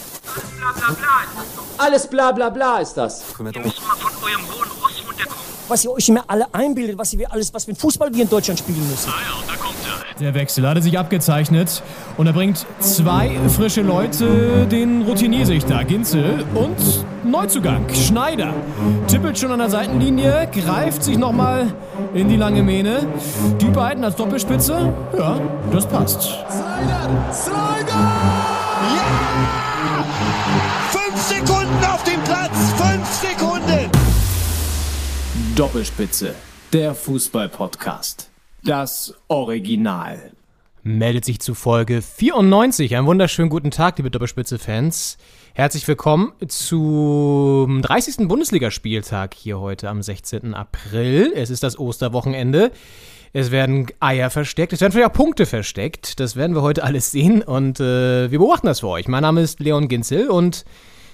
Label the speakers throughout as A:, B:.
A: bla bla bla ist das doch.
B: Alles bla bla bla ist das.
A: Ihr müsst mal von eurem hohen Ross runterkommen.
C: was ihr euch immer alle einbildet, was ihr alles, was mit Fußball wir in Deutschland spielen müssen.
A: Ah ja, da kommt er.
D: Der Wechsel hatte sich abgezeichnet und er bringt zwei frische Leute, den Routinier sich da, Ginzel und Neuzugang, Schneider. Tippelt schon an der Seitenlinie, greift sich nochmal in die lange Mähne. Die beiden als Doppelspitze, ja, das passt.
E: Fünf Sekunden auf dem Platz. Fünf Sekunden.
F: Doppelspitze, der Fußball-Podcast. Das Original.
D: meldet sich zu Folge 94. Einen wunderschönen guten Tag, liebe Doppelspitze-Fans. Herzlich willkommen zum 30. Bundesligaspieltag hier heute am 16. April. Es ist das Osterwochenende. Es werden Eier versteckt, es werden vielleicht auch Punkte versteckt. Das werden wir heute alles sehen und äh, wir beobachten das für euch. Mein Name ist Leon Ginzel und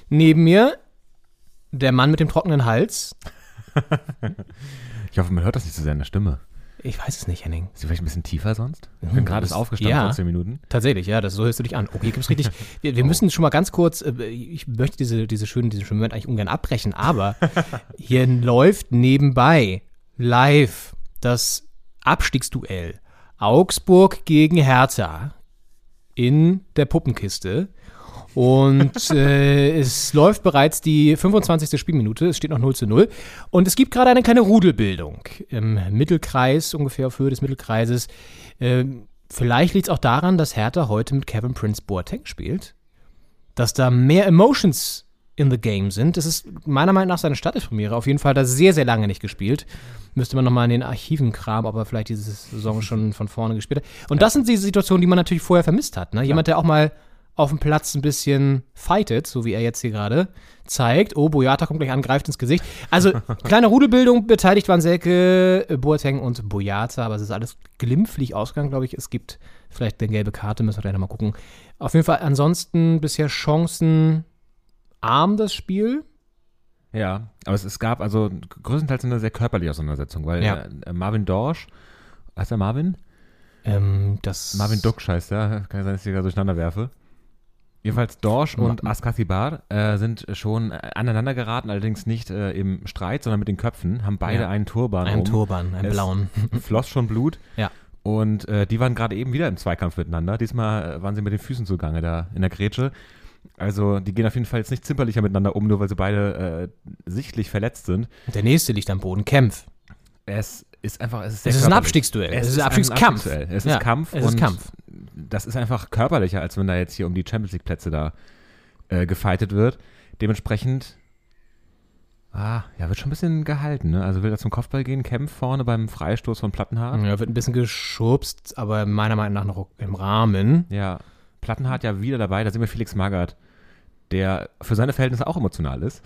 D: neben mir der Mann mit dem trockenen Hals.
G: Ich hoffe, man hört das nicht so sehr in der Stimme.
D: Ich weiß es nicht, Henning.
G: Ist sie vielleicht ein bisschen tiefer sonst? Ich bin gerade erst
D: das-
G: aufgestanden
D: ja.
G: vor zehn Minuten.
D: Tatsächlich, ja, das, so hörst du dich an. Okay, gibt's richtig. Wir, wir müssen schon mal ganz kurz, äh, ich möchte diese, diese schönen, diesen schönen Moment eigentlich ungern abbrechen, aber hier läuft nebenbei live das Abstiegsduell Augsburg gegen Hertha in der Puppenkiste. Und äh, es läuft bereits die 25. Spielminute, es steht noch 0 zu 0. Und es gibt gerade eine kleine Rudelbildung im Mittelkreis, ungefähr auf Höhe des Mittelkreises. Ähm, vielleicht liegt es auch daran, dass Hertha heute mit Kevin Prince Boateng spielt, dass da mehr Emotions in the game sind. Das ist meiner Meinung nach seine Stadtpremiere. Auf jeden Fall hat er sehr, sehr lange nicht gespielt. Müsste man nochmal in den Archiven kramen, ob er vielleicht diese Saison schon von vorne gespielt hat. Und das sind diese Situationen, die man natürlich vorher vermisst hat. Ne? Jemand, der auch mal auf dem Platz ein bisschen fightet, so wie er jetzt hier gerade zeigt. Oh, Boyata kommt gleich an, greift ins Gesicht. Also, kleine Rudelbildung, beteiligt waren Selke, Boateng und Boyata, aber es ist alles glimpflich ausgegangen, glaube ich. Es gibt vielleicht eine gelbe Karte, müssen wir gleich nochmal gucken. Auf jeden Fall ansonsten bisher Chancen arm, das Spiel.
G: Ja, aber es, es gab also größtenteils eine sehr körperliche Auseinandersetzung, weil
D: Ja.
G: äh, Marvin Dorsch, heißt er Marvin?
D: Ähm, das
G: Marvin Duck heißt er, kann ja sein, dass ich die gerade durcheinander werfe. Jedenfalls Dorsch und Askasibar äh, sind schon äh, aneinander geraten, allerdings nicht äh, im Streit, sondern mit den Köpfen, haben beide
D: Ja.
G: einen Turban
D: Einen
G: um.
D: Turban, einen
G: Es
D: blauen.
G: floss schon Blut.
D: Ja.
G: Und äh, die waren gerade eben wieder im Zweikampf miteinander. Diesmal äh, waren sie mit den Füßen zugange da in der Grätsche. Also die gehen auf jeden Fall jetzt nicht zimperlicher miteinander um, nur weil sie beide äh, sichtlich verletzt sind.
D: Der nächste liegt am Boden, Kämpf.
G: Es ist einfach, es ist, sehr
D: Es ist ein
G: körperlich.
D: Abstiegsduell.
G: Es, ist ein
D: Abstiegskampf.
G: Abstiegsduell. Es ist
D: Ja,
G: Kampf.
D: Es ist
G: und
D: Kampf.
G: Das ist einfach körperlicher, als wenn da jetzt hier um die Champions League Plätze da äh, gefightet wird. Dementsprechend, ah, ja, wird schon ein bisschen gehalten. Ne? Also will er zum Kopfball gehen, kämpft vorne beim Freistoß von Plattenhardt.
D: Ja, wird ein bisschen geschubst, aber meiner Meinung nach noch im Rahmen.
G: Ja, Plattenhardt ja wieder dabei. Da sind wir Felix Magath, der für seine Verhältnisse auch emotional ist.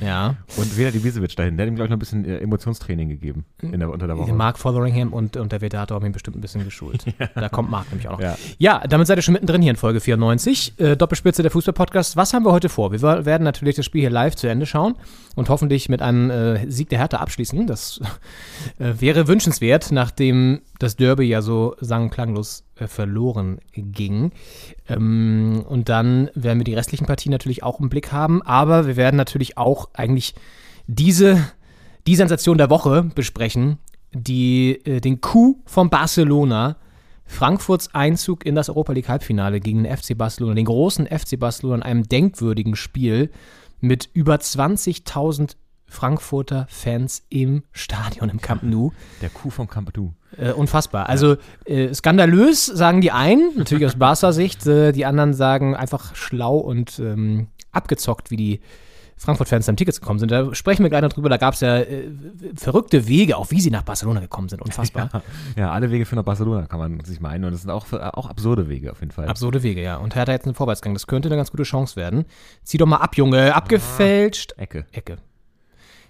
D: Ja.
G: Und wieder die Wiesewitsch dahin. Der hat ihm, glaube ich, noch ein bisschen äh, Emotionstraining gegeben in der, unter der Woche.
D: Mark Fotheringham und, und der Vedator haben ihn bestimmt ein bisschen geschult. Da kommt Mark nämlich auch noch. Ja.
G: Ja.
D: damit seid ihr schon mittendrin hier in Folge 94. Äh, Doppelspitze der Fußball-Podcast. Was haben wir heute vor? Wir wa- werden natürlich das Spiel hier live zu Ende schauen und hoffentlich mit einem äh, Sieg der Hertha abschließen. Das äh, wäre wünschenswert, nachdem das Derby ja so sang- und klanglos äh, verloren ging. Ähm, und dann werden wir die restlichen Partien natürlich auch im Blick haben. Aber wir werden natürlich auch eigentlich diese die Sensation der Woche besprechen, die äh, den Coup von Barcelona, Frankfurts Einzug in das Europa League Halbfinale gegen den FC Barcelona, den großen FC Barcelona in einem denkwürdigen Spiel mit über 20.000 Frankfurter Fans im Stadion im Camp Nou.
G: Der Kuh vom Campadu.
D: Äh, unfassbar. Also äh, skandalös sagen die einen, natürlich aus Barca-Sicht. Äh, die anderen sagen einfach schlau und ähm, abgezockt, wie die Frankfurt-Fans am Tickets gekommen sind. Da sprechen wir gleich noch drüber. Da gab es ja äh, verrückte Wege, auch wie sie nach Barcelona gekommen sind. Unfassbar.
G: Ja, alle Wege führen nach Barcelona, kann man sich meinen. Und das sind auch, äh, auch absurde Wege auf jeden Fall.
D: Absurde Wege, ja. Und Hertha jetzt einen Vorwärtsgang. Das könnte eine ganz gute Chance werden. Zieh doch mal ab, Junge. Abgefälscht.
G: Ecke.
D: Ecke.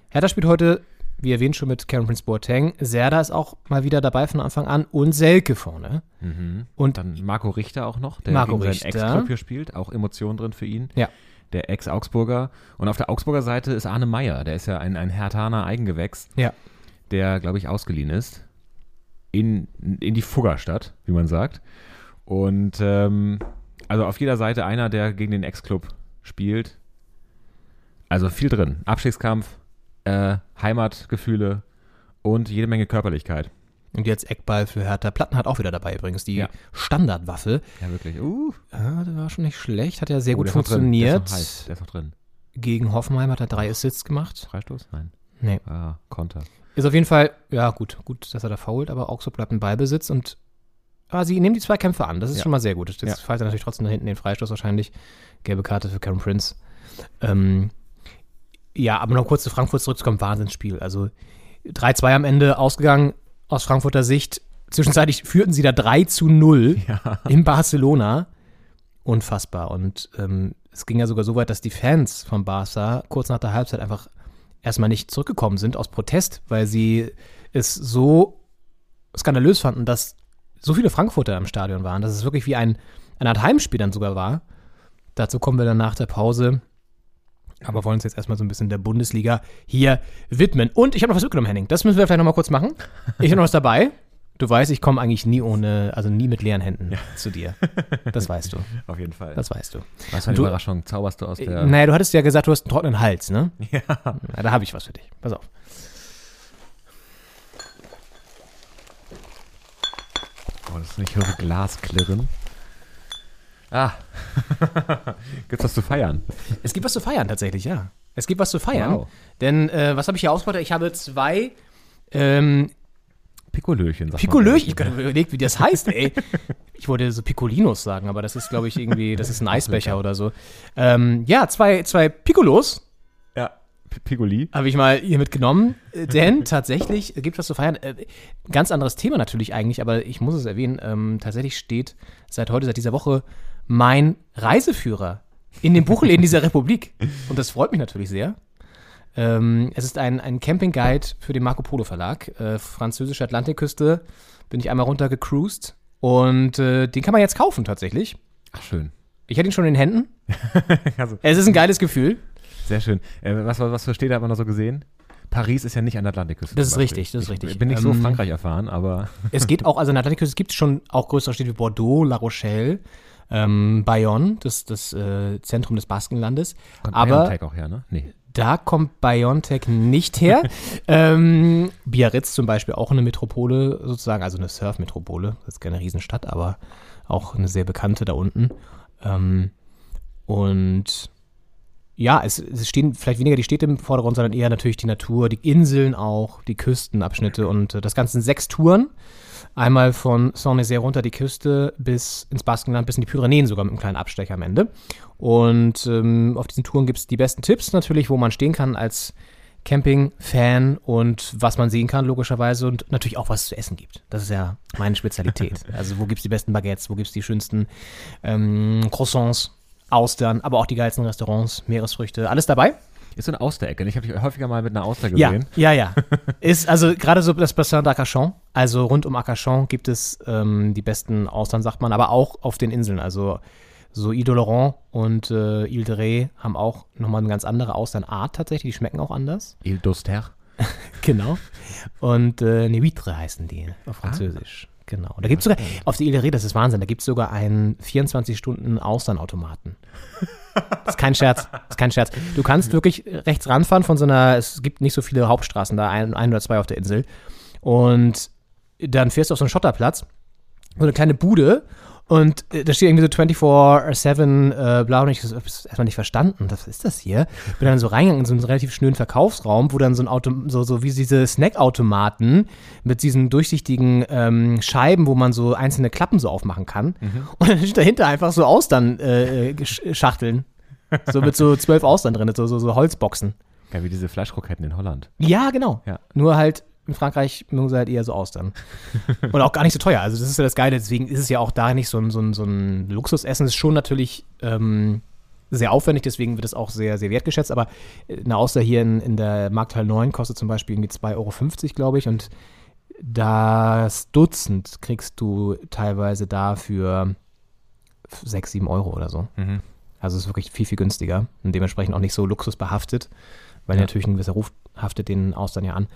D: Hertha spielt heute, wie erwähnt, schon mit Karen Prince Boateng. Serda ist auch mal wieder dabei von Anfang an und Selke vorne.
G: Mhm.
D: Und
G: Dann Marco Richter auch noch, der
D: Marco
G: gegen seinen
D: Richter.
G: Ex-Club hier spielt. Auch Emotionen drin für ihn.
D: Ja.
G: Der Ex-Augsburger. Und auf der Augsburger Seite ist Arne Meyer. Der ist ja ein, ein Hertaner Eigengewächs.
D: ja.
G: der, glaube ich, ausgeliehen ist, in, in die Fuggerstadt, wie man sagt. Und ähm, also auf jeder Seite einer, der gegen den Ex-Club spielt. Also viel drin. Abstiegskampf, äh, Heimatgefühle und jede Menge Körperlichkeit.
D: Und jetzt Eckball für Hertha. Platten hat auch wieder dabei übrigens, die
G: Ja.
D: Standardwaffe.
G: Ja, wirklich. Uh,
D: Ja, das war schon nicht schlecht, hat ja sehr
G: oh,
D: gut
G: der ist noch drin. Der
D: funktioniert.
G: ist, noch heiß. der ist noch drin.
D: Gegen Hoffenheim hat er drei Assists gemacht.
G: Freistoß? Nein.
D: Nee.
G: Ah, Konter.
D: Ist auf jeden Fall, ja gut, gut, dass er da fault, aber auch so bleibt ein Ballbesitz und aber sie nehmen die zwei Kämpfe an, das ist
G: Ja.
D: schon mal sehr gut. Jetzt
G: Ja.
D: fällt er natürlich trotzdem da hinten den Freistoß wahrscheinlich. Gelbe Karte für Karen Prince. Ähm, ja, aber noch kurz zu Frankfurt zurückzukommen, Wahnsinnsspiel. Also 3-2 am Ende ausgegangen aus Frankfurter Sicht. Zwischenzeitlich führten sie da 3 zu 0 in Barcelona. Unfassbar. Und ähm, es ging ja sogar so weit, dass die Fans von Barca kurz nach der Halbzeit einfach erstmal nicht zurückgekommen sind aus Protest, weil sie es so skandalös fanden, dass so viele Frankfurter im Stadion waren, dass es wirklich wie ein, eine Art Heimspiel dann sogar war. Dazu kommen wir dann nach der Pause. Aber wollen uns jetzt erstmal so ein bisschen der Bundesliga hier widmen. Und ich habe noch was mitgenommen, Henning. Das müssen wir vielleicht nochmal kurz machen. Ich habe noch was dabei. Du weißt, ich komme eigentlich nie ohne, also nie mit leeren Händen zu dir. Das weißt du.
G: Auf jeden Fall.
D: Das weißt du.
G: Was für eine
D: Du-
G: Überraschung. Zauberst du aus der.
D: Naja, du hattest ja gesagt, du hast einen trockenen Hals, ne? Ja. da habe ich was für dich. Pass auf.
G: Oh, das ist nicht höre Glas klirren. Ah. Gibt's was zu feiern?
D: Es gibt was zu feiern, tatsächlich, ja. Es gibt was zu feiern.
G: Wow.
D: Denn äh, was habe ich hier ausgebaut? Ich habe zwei ähm,
G: Pikolöchen, sag
D: Pikolöchen. Ich habe überlegt, wie das heißt, ey. Ich wollte so Picolinos sagen, aber das ist, glaube ich, irgendwie, das ist ein Eisbecher oder so. Ähm, ja, zwei, zwei Piccolos
G: Ja. P- Picoli.
D: habe ich mal hier mitgenommen. äh, Denn tatsächlich gibt was zu feiern. Äh, Ganz anderes Thema natürlich eigentlich, aber ich muss es erwähnen. Ähm, tatsächlich steht seit heute, seit dieser Woche mein Reiseführer in den Buchläden dieser Republik. Und das freut mich natürlich sehr. Ähm, es ist ein, ein Campingguide für den Marco Polo Verlag. Äh, französische Atlantikküste. Bin ich einmal runtergecruised. Und äh, den kann man jetzt kaufen tatsächlich.
G: Ach, schön.
D: Ich hatte ihn schon in den Händen.
G: Also-
D: Es ist ein geiles Gefühl.
G: Sehr schön. Äh, was, was für Städte hat man noch so gesehen? Paris ist ja nicht an der Atlantikküste.
D: Das ist
G: zum Beispiel.
D: richtig, das ist richtig.
G: Ich bin nicht so
D: Ähm,
G: Frankreich erfahren, aber
D: Es geht auch, also in der Atlantikküste gibt es schon auch größere Städte wie Bordeaux, La Rochelle, ähm, Bayonne, das, das äh, Zentrum des Baskenlandes. aber
G: Biontech auch her, ne? Nee.
D: da kommt Biontech nicht her. ähm, Biarritz zum Beispiel auch eine Metropole sozusagen, also eine Surf-Metropole. Das ist keine Riesenstadt, aber auch eine sehr bekannte da unten. Ähm, und ja, es, es stehen vielleicht weniger die Städte im Vordergrund, sondern eher natürlich die Natur, die Inseln auch, die Küstenabschnitte und äh, das Ganze sind sechs Touren. Einmal von Saint-Nazaire runter die Küste bis ins Baskenland, bis in die Pyrenäen sogar mit einem kleinen Abstecher am Ende. Und ähm, auf diesen Touren gibt es die besten Tipps natürlich, wo man stehen kann als Camping-Fan und was man sehen kann, logischerweise, und natürlich auch was zu essen gibt. Das ist ja meine Spezialität. Also, wo gibt es die besten Baguettes, wo gibt es die schönsten ähm, Croissants, Austern, aber auch die geilsten Restaurants, Meeresfrüchte, alles dabei.
G: Ist so eine Austerecke. ne? Ich habe dich häufiger mal mit einer Auster
D: Ja,
G: gesehen.
D: ja, ja. Ist also gerade so das Bassin d'Arcachon, also rund um Arcachon gibt es ähm, die besten Austern, sagt man, aber auch auf den Inseln. Also so Ile de Laurent und äh, Ile de Ré haben auch nochmal eine ganz andere Austernart tatsächlich, die schmecken auch anders.
G: Il d'Auster.
D: Genau. Und äh, Neuitre heißen die auf Französisch. Genau. Und da gibt es sogar, auf der Ile de Ré, das ist Wahnsinn, da gibt es sogar einen 24-Stunden-Austernautomaten. Das ist kein Scherz. Das ist kein Scherz. Du kannst wirklich rechts ranfahren von so einer, es gibt nicht so viele Hauptstraßen da, ein, ein oder zwei auf der Insel. Und dann fährst du auf so einen Schotterplatz, so eine kleine Bude und äh, da steht irgendwie so 24-7 äh, bla und ich habe es erstmal nicht verstanden, was ist das hier? Bin dann so reingegangen in so einen relativ schönen Verkaufsraum, wo dann so ein Auto, so, so wie diese Snackautomaten mit diesen durchsichtigen ähm, Scheiben, wo man so einzelne Klappen so aufmachen kann und dann steht dahinter einfach so Austern äh, Gesch- Schachteln. So mit so zwölf Austern drin, so, so, so Holzboxen.
G: Ja, wie diese Fleischkroketten in Holland.
D: Ja, genau.
G: Ja.
D: Nur halt in Frankreich mögen sie halt eher so Austern. Und auch gar nicht so teuer. Also das ist ja das Geile. Deswegen ist es ja auch da nicht so ein, so ein, so ein Luxusessen. Es ist schon natürlich ähm, sehr aufwendig, deswegen wird es auch sehr, sehr wertgeschätzt. Aber äh, eine Auster hier in, in der Markthalle 9 kostet zum Beispiel irgendwie 2,50 Euro, glaube ich. Und das Dutzend kriegst du teilweise da für 6, 7 Euro oder so. Also es ist wirklich viel, viel günstiger und dementsprechend auch nicht so luxusbehaftet, weil natürlich ein gewisser Ruf haftet den Austern ja an.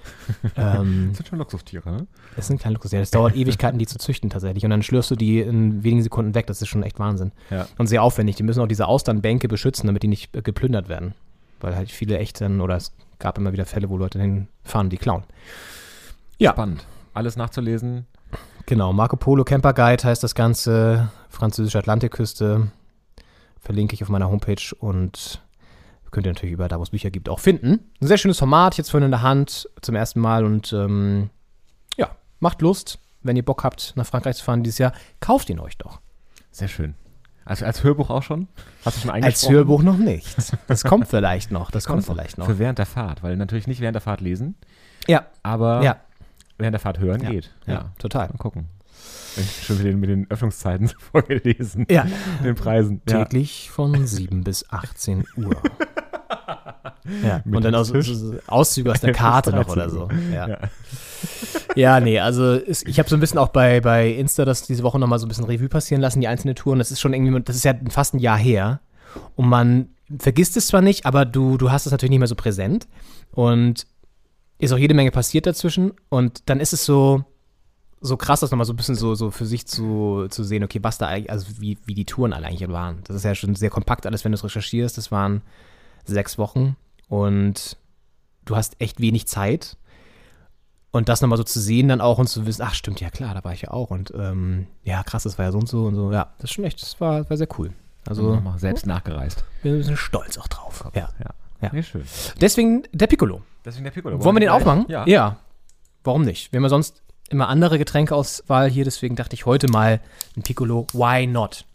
D: ähm,
G: Das sind schon Luxustiere, ne?
D: das sind kleine Luxustiere. Das dauert Ewigkeiten, die zu züchten tatsächlich. Und dann schlürfst du die in wenigen Sekunden weg. Das ist schon echt Wahnsinn.
G: Ja.
D: Und sehr aufwendig. Die müssen auch diese Austernbänke beschützen, damit die nicht äh, geplündert werden. Weil halt viele echt dann, oder es gab immer wieder Fälle, wo Leute hinfahren und die klauen. Ja.
G: Spannend. Alles nachzulesen.
D: Genau, Marco Polo Camper Guide heißt das Ganze, französische Atlantikküste, verlinke ich auf meiner Homepage und könnt ihr natürlich überall da, wo es Bücher gibt, auch finden. Ein sehr schönes Format, jetzt vorhin in der Hand, zum ersten Mal und ähm, ja, macht Lust, wenn ihr Bock habt, nach Frankreich zu fahren dieses Jahr, kauft ihn euch doch.
G: Sehr schön. Als, als Hörbuch auch schon? Hast du schon
D: Als
G: eingesprochen?
D: Hörbuch noch nicht. Das kommt vielleicht noch, das kommt
G: Für-
D: vielleicht noch.
G: Für während der Fahrt, weil natürlich nicht während der Fahrt lesen,
D: Ja,
G: aber
D: ja,
G: während der Fahrt hören
D: Ah, Ja.
G: geht.
D: ja, total.
G: Mal gucken. Wenn ich schon mit den, mit den Öffnungszeiten so vorgelesen.
D: Ja.
G: Den Preisen. Ja.
D: Täglich von 7 bis 18 Uhr. ja,
G: Mit
D: und dann
G: dem
D: aus,
G: Tisch.
D: so- so Auszüge aus der Karte noch oder so. Ja, ja. nee, also es, ich habe so ein bisschen auch bei, bei Insta das diese Woche nochmal so ein bisschen Revue passieren lassen, die einzelnen Touren. Das ist schon irgendwie, das ist ja fast ein Jahr her. Und man vergisst es zwar nicht, aber du, du hast es natürlich nicht mehr so präsent. Und ist auch jede Menge passiert dazwischen. Und dann ist es so, so krass, das nochmal so ein bisschen so, so für sich zu, zu sehen, okay, was da eigentlich, also wie, wie die Touren alle eigentlich halt waren. Das ist ja schon sehr kompakt alles, wenn du es recherchierst. Das waren sechs Wochen und du hast echt wenig Zeit. Und das nochmal so zu sehen dann auch und zu wissen, ach stimmt, ja klar, da war ich ja auch. Und ähm, ja, krass, das war ja so und so und so. Ja, das ist schon echt, das war, war sehr cool. Also
G: Nochmal selbst nachgereist.
D: bin ein bisschen stolz auch drauf. Ja.
G: Ja.
D: Ja.
G: Nee, schön.
D: Deswegen der Piccolo.
G: Deswegen der Piccolo.
D: Wollen wir den aufmachen?
G: Ja.
D: Warum nicht? Wir haben ja sonst immer andere Getränkeauswahl hier, deswegen dachte ich heute mal ein Piccolo. Why not?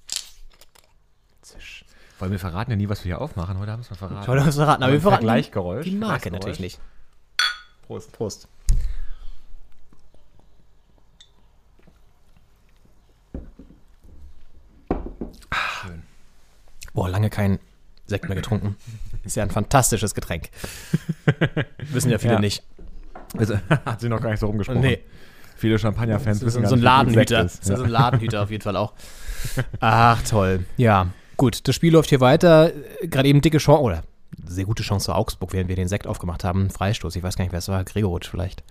G: Weil wir verraten ja nie, was wir hier aufmachen. Heute haben wir es mal verraten.
D: Heute haben wir es verraten, aber wir verraten
G: Ah, Vergleichgeräusch.
D: die Marke
G: Vergleichsgeräusch.
D: natürlich nicht.
G: Prost. Prost.
D: Ah, Boah, lange kein Sekt mehr getrunken. Ist ja ein fantastisches Getränk. Wissen ja viele
G: Ja.
D: nicht.
G: Also, hat sie noch gar nicht so rumgesprochen.
D: Nee.
G: Viele Champagner-Fans
D: Das
G: wissen
D: ist so ein
G: gar nicht, wie gut Sekt
D: Ladenhüter. Das
G: ist.
D: ist
G: Ja.
D: so ein Ladenhüter auf jeden Fall auch. Ach, toll. Ja, gut. Das Spiel läuft hier weiter. Gerade eben dicke Chance, oder sehr gute Chance für Augsburg, während wir den Sekt aufgemacht haben. Freistoß. Ich weiß gar nicht, wer es war. Gregoritsch vielleicht.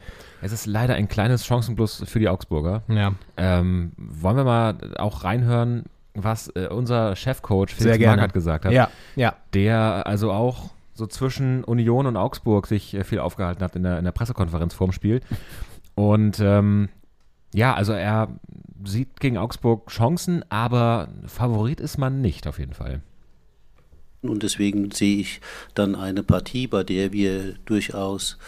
G: Es ist leider ein kleines Chancenplus für die Augsburger.
D: Ja.
G: Ähm, wollen wir mal auch reinhören, was äh, unser Chefcoach
D: Sehr
G: Felix
D: gerne.
G: Magath gesagt hat,
D: Ja, ja.
G: der also auch so zwischen Union und Augsburg sich äh, viel aufgehalten hat in der, in der Pressekonferenz vorm Spiel. Und ähm, ja, also er sieht gegen Augsburg Chancen, aber Favorit ist man nicht auf jeden Fall.
B: Und deswegen sehe ich dann eine Partie, bei der wir durchaus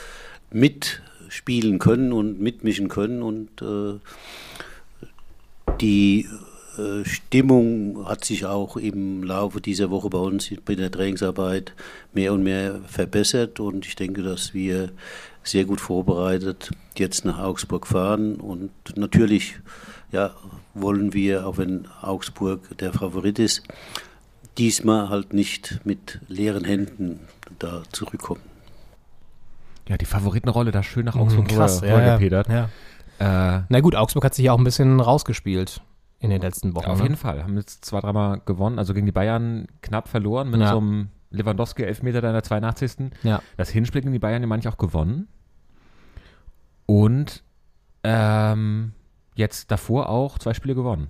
B: mitspielen können und mitmischen können. Und äh, die äh, Stimmung hat sich auch im Laufe dieser Woche bei uns bei der Trainingsarbeit mehr und mehr verbessert. Und ich denke, dass wir sehr gut vorbereitet jetzt nach Augsburg fahren. Und natürlich ja, wollen wir, auch wenn Augsburg der Favorit ist, diesmal halt nicht mit leeren Händen da zurückkommen.
G: Ja, die Favoritenrolle da schön nach Augsburg rüber-
D: ja, ja.
G: rübergepedert.
D: ja.
G: Äh,
D: Na gut, Augsburg hat sich ja auch ein bisschen rausgespielt in den letzten Wochen.
G: Auf
D: ne?
G: jeden Fall. Haben jetzt zwei, dreimal gewonnen. Also gegen die Bayern knapp verloren mit
D: Ja.
G: so einem Lewandowski-Elfmeter da in der 82.
D: Ja.
G: Das Hinspiel gegen die Bayern, die manche auch gewonnen. Und ähm, jetzt davor auch zwei Spiele gewonnen.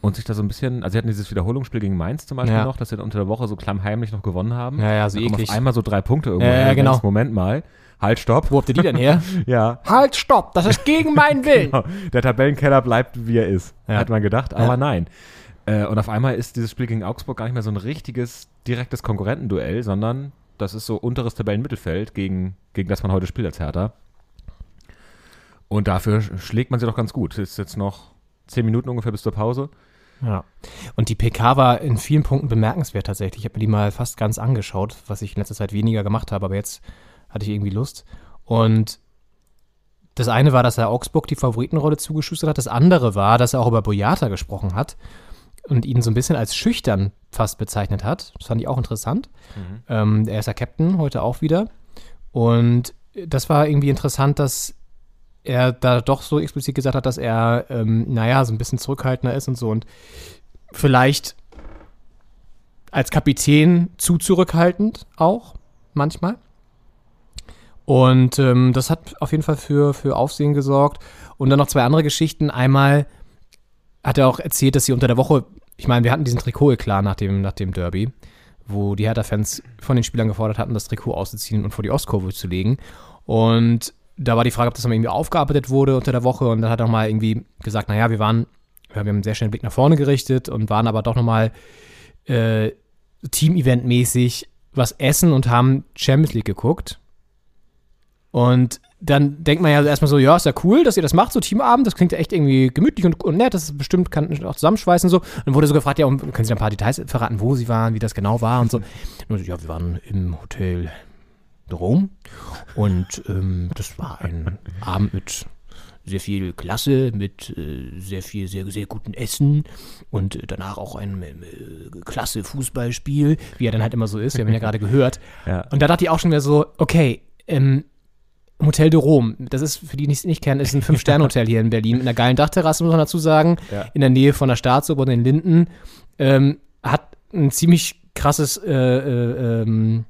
G: Und sich da so ein bisschen, also sie hatten dieses Wiederholungsspiel gegen Mainz zum Beispiel
D: Ja.
G: noch, dass sie dann unter der Woche so klammheimlich noch gewonnen haben.
D: ne? Ja, ja, so
G: Dann kommen
D: eklig.
G: Auf einmal so drei Punkte irgendwo.
D: Ja, ja,
G: Ganz
D: genau.
G: Moment mal. Halt, stopp.
D: Wo habt ihr die denn her?
G: Ja.
D: halt, stopp! Das ist gegen meinen Willen!
G: Genau. Der Tabellenkeller bleibt, wie er ist,
D: Ja.
G: hat man gedacht, aber nein. Äh, und auf einmal ist dieses Spiel gegen Augsburg gar nicht mehr so ein richtiges, direktes Konkurrentenduell, sondern das ist so unteres Tabellenmittelfeld, gegen, gegen das man heute spielt als Hertha. Und dafür sch- schlägt man sie doch ganz gut. Ist jetzt noch zehn Minuten ungefähr bis zur Pause.
D: Ja. Und die PK war in vielen Punkten bemerkenswert tatsächlich. Ich habe mir die mal fast ganz angeschaut, was ich in letzter Zeit weniger gemacht habe, aber jetzt hatte ich irgendwie Lust. Und das eine war, dass er Augsburg die Favoritenrolle zugeschustert hat. Das andere war, dass er auch über Boyata gesprochen hat und ihn so ein bisschen als schüchtern fast bezeichnet hat. Das fand ich auch interessant. Ähm, er ist ja Captain heute auch wieder. Und das war irgendwie interessant, dass er da doch so explizit gesagt hat, dass er, ähm, naja, so ein bisschen zurückhaltender ist und so. Und vielleicht als Kapitän zu zurückhaltend auch manchmal. Und ähm, das hat auf jeden Fall für, für Aufsehen gesorgt. Und dann noch zwei andere Geschichten. Einmal hat er auch erzählt, dass sie unter der Woche, ich meine, wir hatten diesen Trikot klar nach dem, nach dem Derby, wo die Hertha-Fans von den Spielern gefordert hatten, das Trikot auszuziehen und vor die Ostkurve zu legen. Und da war die Frage, ob das dann irgendwie aufgearbeitet wurde unter der Woche. Und dann hat er nochmal irgendwie gesagt, naja, wir waren, wir haben einen sehr schnellen Blick nach vorne gerichtet und waren aber doch nochmal äh, Team-Event-mäßig was essen und haben Champions League geguckt. Und dann denkt man ja erstmal so, ja, ist ja cool, dass ihr das macht, so Teamabend, das klingt ja echt irgendwie gemütlich und, und nett, das ist bestimmt kann auch zusammenschweißen und so. Und dann wurde so gefragt, ja, und können Sie da ein paar Details verraten, wo Sie waren, wie das genau war und so. Und so, ja, wir waren im Hotel Rom und ähm, das war ein Abend mit sehr viel Klasse, mit äh, sehr viel, sehr, sehr gutem Essen und äh, danach auch ein äh, klasse Fußballspiel, wie er dann halt immer so ist, wir haben ihn ja gerade gehört.
G: Ja.
D: Und da dachte ich auch schon wieder so, okay, ähm, Hotel de Rom, das ist, für die, die es nicht kennen, ist ein Fünf-Sterne-Hotel hier in Berlin mit einer geilen Dachterrasse, muss man dazu sagen,
G: Ja.
D: in der Nähe von der Staatsoper und den Linden. Ähm, hat ein ziemlich krasses äh, äh, ähm,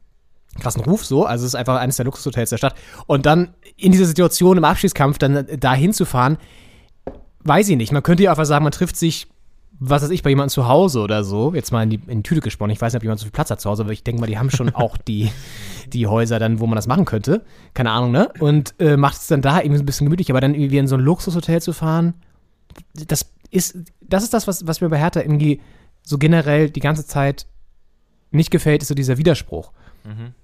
D: krassen Ruf so. Also es ist einfach eines der Luxushotels der Stadt. Und dann in dieser Situation im Abschiedskampf dann da hinzufahren, weiß ich nicht. Man könnte ja einfach sagen, man trifft sich, was weiß ich, bei jemandem zu Hause oder so. Jetzt mal in die, in die Tüte gesponnen. Ich weiß nicht, ob jemand so viel Platz hat zu Hause, aber ich denke mal, die haben schon auch die, die Häuser dann, wo man das machen könnte. Keine Ahnung, ne? Und äh, macht es dann da irgendwie so ein bisschen gemütlich. Aber dann irgendwie in so ein Luxushotel zu fahren, das ist, das ist das, was, was mir bei Hertha irgendwie so generell die ganze Zeit nicht gefällt, ist so dieser Widerspruch.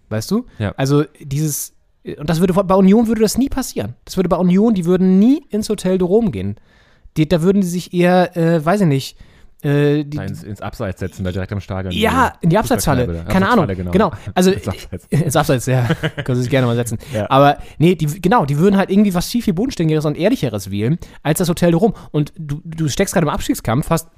D: Weißt du?
G: Ja.
D: Also dieses und das würde bei Union würde das nie passieren. Das würde bei Union, die würden nie ins Hotel de Rom gehen. Die, da würden die sich eher, äh, weiß ich nicht, äh, die,
G: Da ins, ins Abseits setzen, da direkt am Stadion.
D: ja, in die Abseitshalle.
G: Fußballkneipe da.
D: Keine Ahnung.
G: Abseitshalle,
D: Genau.
G: Genau.
D: Also
G: Ins Abseits.
D: ins Abseits, ja. Können Sie sich gerne mal setzen.
G: Ja.
D: Aber nee, die, genau, die würden halt irgendwie was viel, viel bodenständigeres und ehrlicheres wählen, als das Hotel rum. Und du, du steckst gerade im Abstiegskampf, hast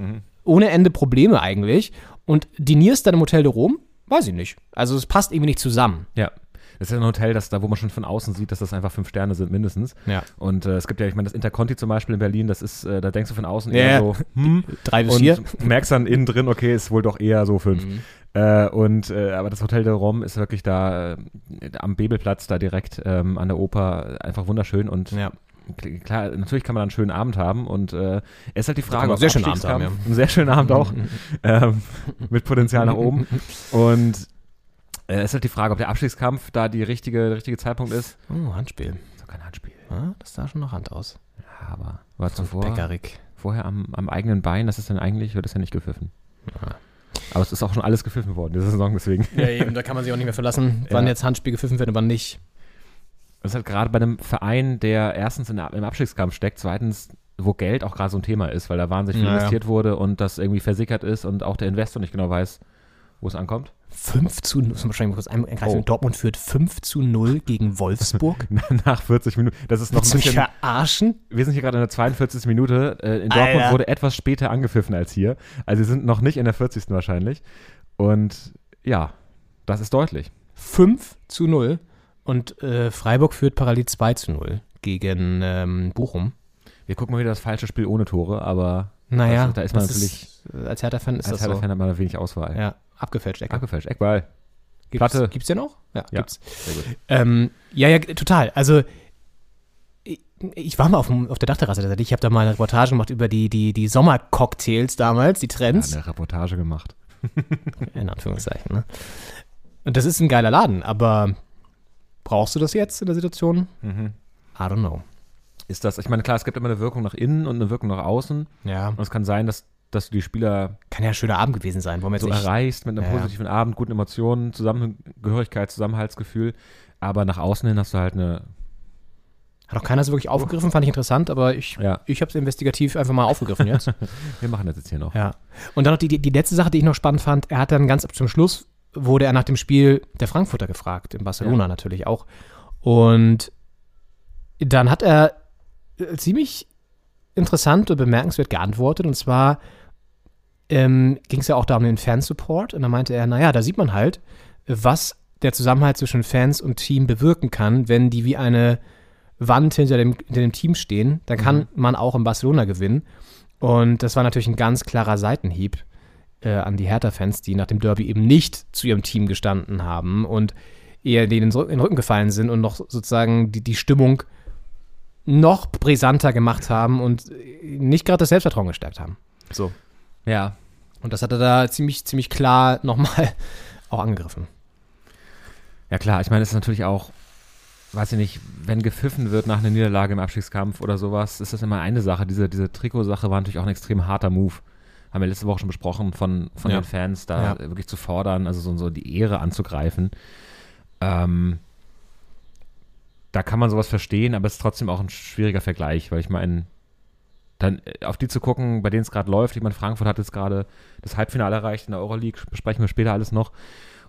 D: ohne Ende Probleme eigentlich und dinierst dann im Hotel de Rom, weiß ich nicht. Also es passt irgendwie nicht zusammen.
G: Ja. Das ist ja ein Hotel, das, da wo man schon von außen sieht, dass das einfach fünf Sterne sind, mindestens.
D: Ja.
G: Und äh, es gibt ja, ich meine, das Interconti zum Beispiel in Berlin, das ist, äh, da denkst du von außen
D: Ja.
G: eher so, hm,
D: Drei bis
G: und
D: vier.
G: merkst dann innen drin, okay, ist wohl doch eher so fünf.
D: Mhm.
G: Äh, und äh, aber das Hotel de Rom ist wirklich da äh, am Bebelplatz, da direkt ähm, an der Oper, einfach wunderschön und
D: Ja.
G: K- Klar, natürlich kann man einen schönen Abend haben und äh, es ist halt die
D: kann
G: Frage,
D: man
G: ob
D: einen sehr schönen Abend haben,
G: Abstiegskampf- Einen sehr schönen Abend auch, ähm, mit Potenzial nach oben. Und äh, es ist halt die Frage, ob der Abstiegskampf da die richtige, der richtige Zeitpunkt ist.
D: Oh, Handspiel.
G: So kein Handspiel.
D: Ah, das sah schon noch Hand aus.
G: Ja, aber war
D: Von
G: zuvor,
D: Beckerik.
G: vorher am, am eigenen Bein, das ist dann eigentlich, wird das ja nicht gepfiffen. Aber es ist auch schon alles gepfiffen worden, diese Saison, deswegen.
D: Ja, eben, da kann man sich auch nicht mehr verlassen, wann
G: Ja.
D: jetzt Handspiel gepfiffen wird und wann nicht.
G: Das ist halt gerade bei einem Verein, der erstens in, der- im Abstiegskampf steckt, zweitens, wo Geld auch gerade so ein Thema ist, weil da wahnsinnig viel
D: Naja.
G: investiert wurde und das irgendwie versickert ist und auch der Investor nicht genau weiß, wo es ankommt.
D: 5 zu 0, muss man wahrscheinlich kurz ein- eingreifen.
G: Oh.
D: Dortmund führt 5 zu 0 gegen Wolfsburg.
G: Nach 40 Minuten. Das ist noch ein
D: Willst du mich
G: bisschen.
D: verarschen?
G: Wir sind hier gerade in der 42. Minute. Äh, in Dortmund
D: Alter.
G: wurde etwas später angepfiffen als hier. Also sie sind noch nicht in der 40. wahrscheinlich. Und ja, das ist deutlich.
D: 5 zu 0 und äh, Freiburg führt parallel 2 zu 0 gegen ähm, Bochum.
G: Wir gucken mal wieder das falsche Spiel ohne Tore, aber
D: Naja,
G: das, da ist man
D: das
G: natürlich
D: äh, als Hertha-Fan ist
G: als
D: das so.
G: Hertha-Fan hat man wenig Auswahl.
D: Ja, abgefälscht, Ecke.
G: Abgefälscht, Eckball.
D: Gibt's,
G: Platte.
D: gibt's den auch? Ja,
G: Ja.
D: gibt's.
G: Sehr gut.
D: Ähm, ja, ja, total. Also ich, ich war mal auf, dem, auf der Dachterrasse tatsächlich. Ich habe da mal eine Reportage gemacht über die, die, die Sommercocktails damals, die
G: Ja,
D: Trends.
G: eine Reportage gemacht.
D: In Anführungszeichen. Ne? Und das ist ein geiler Laden, aber brauchst du das jetzt in der Situation?
G: Mhm.
D: I don't know.
G: ist das, ich meine, klar, es gibt immer eine Wirkung nach innen und eine Wirkung nach außen.
D: Ja.
G: Und es kann sein, dass, dass du die Spieler
D: Kann ja ein schöner Abend gewesen sein. Wollen wir jetzt
G: so
D: nicht.
G: erreichst mit einem
D: Also Ja, ja.
G: positiven Abend, guten Emotionen, Zusammengehörigkeit, Zusammenhaltsgefühl. Aber nach außen hin hast du halt eine,
D: Hat auch keiner so wirklich aufgegriffen, fand ich interessant, aber ich,
G: Ja.
D: ich habe es investigativ einfach mal aufgegriffen jetzt.
G: wir machen das jetzt hier noch.
D: ja. Und dann noch die, die, die letzte Sache, die ich noch spannend fand. Er hat dann ganz zum Schluss, wurde er nach dem Spiel der Frankfurter gefragt, in Barcelona natürlich auch. Und dann hat er äh, ziemlich interessant und bemerkenswert geantwortet. Und zwar ähm, ging es ja auch da um den Fansupport. Und da meinte er, naja, da sieht man halt, was der Zusammenhalt zwischen Fans und Team bewirken kann, wenn die wie eine Wand hinter dem, hinter dem Team stehen. Dann kann man auch in Barcelona gewinnen. Und das war natürlich ein ganz klarer Seitenhieb äh, an die Hertha-Fans, die nach dem Derby eben nicht zu ihrem Team gestanden haben und eher denen in den Rücken gefallen sind und noch sozusagen die, die Stimmung noch brisanter gemacht haben und äh, nicht gerade das Selbstvertrauen gestärkt haben. So.
G: Ja.
D: Und das hat er da ziemlich, ziemlich klar nochmal auch angegriffen.
G: Ja klar, ich meine, es ist natürlich auch, weiß ich nicht, wenn gepfiffen wird nach einer Niederlage im Abstiegskampf oder sowas, ist das immer eine Sache. Diese, diese Trikotsache war natürlich auch ein extrem harter Move. Haben wir letzte Woche schon besprochen, von, von
D: Ja.
G: den Fans da
D: Ja.
G: wirklich zu fordern, also so, so die Ehre anzugreifen. Ähm, da kann man sowas verstehen, aber es ist trotzdem auch ein schwieriger Vergleich, weil ich meine, dann äh, auf die zu gucken, bei denen es gerade läuft. Ich meine, Frankfurt hat jetzt gerade das Halbfinale erreicht in der Euroleague, besprechen wir später alles noch.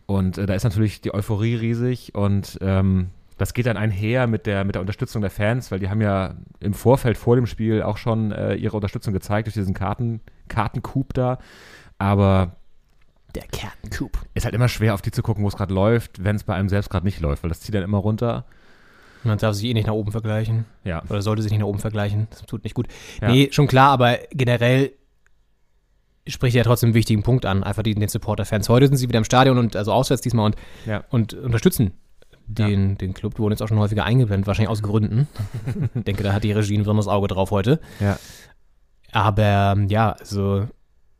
G: Und äh, da ist natürlich die Euphorie riesig und ähm, das geht dann einher mit der, mit der Unterstützung der Fans, weil die haben ja im Vorfeld vor dem Spiel auch schon äh, ihre Unterstützung gezeigt durch diesen Karten, Kartencoup da. Aber
D: Der Kertencoup.
G: ist halt immer schwer, auf die zu gucken, wo es gerade läuft, wenn es bei einem selbst gerade nicht läuft, weil das zieht dann immer runter.
D: Man darf sich eh nicht nach oben vergleichen.
G: Ja,
D: Oder sollte sich nicht nach oben vergleichen. Das tut nicht gut.
G: Ja.
D: Nee, schon klar, aber generell spricht er trotzdem einen wichtigen Punkt an. Einfach die, den Supporter-Fans. Heute sind sie wieder im Stadion und also auswärts diesmal und,
G: Ja.
D: und unterstützen den, den Club. Die wurden jetzt auch schon häufiger eingeblendet, wahrscheinlich aus Gründen. ich denke, da hat die Regie ein besonderes Auge drauf heute.
G: Ja.
D: Aber ähm, ja, also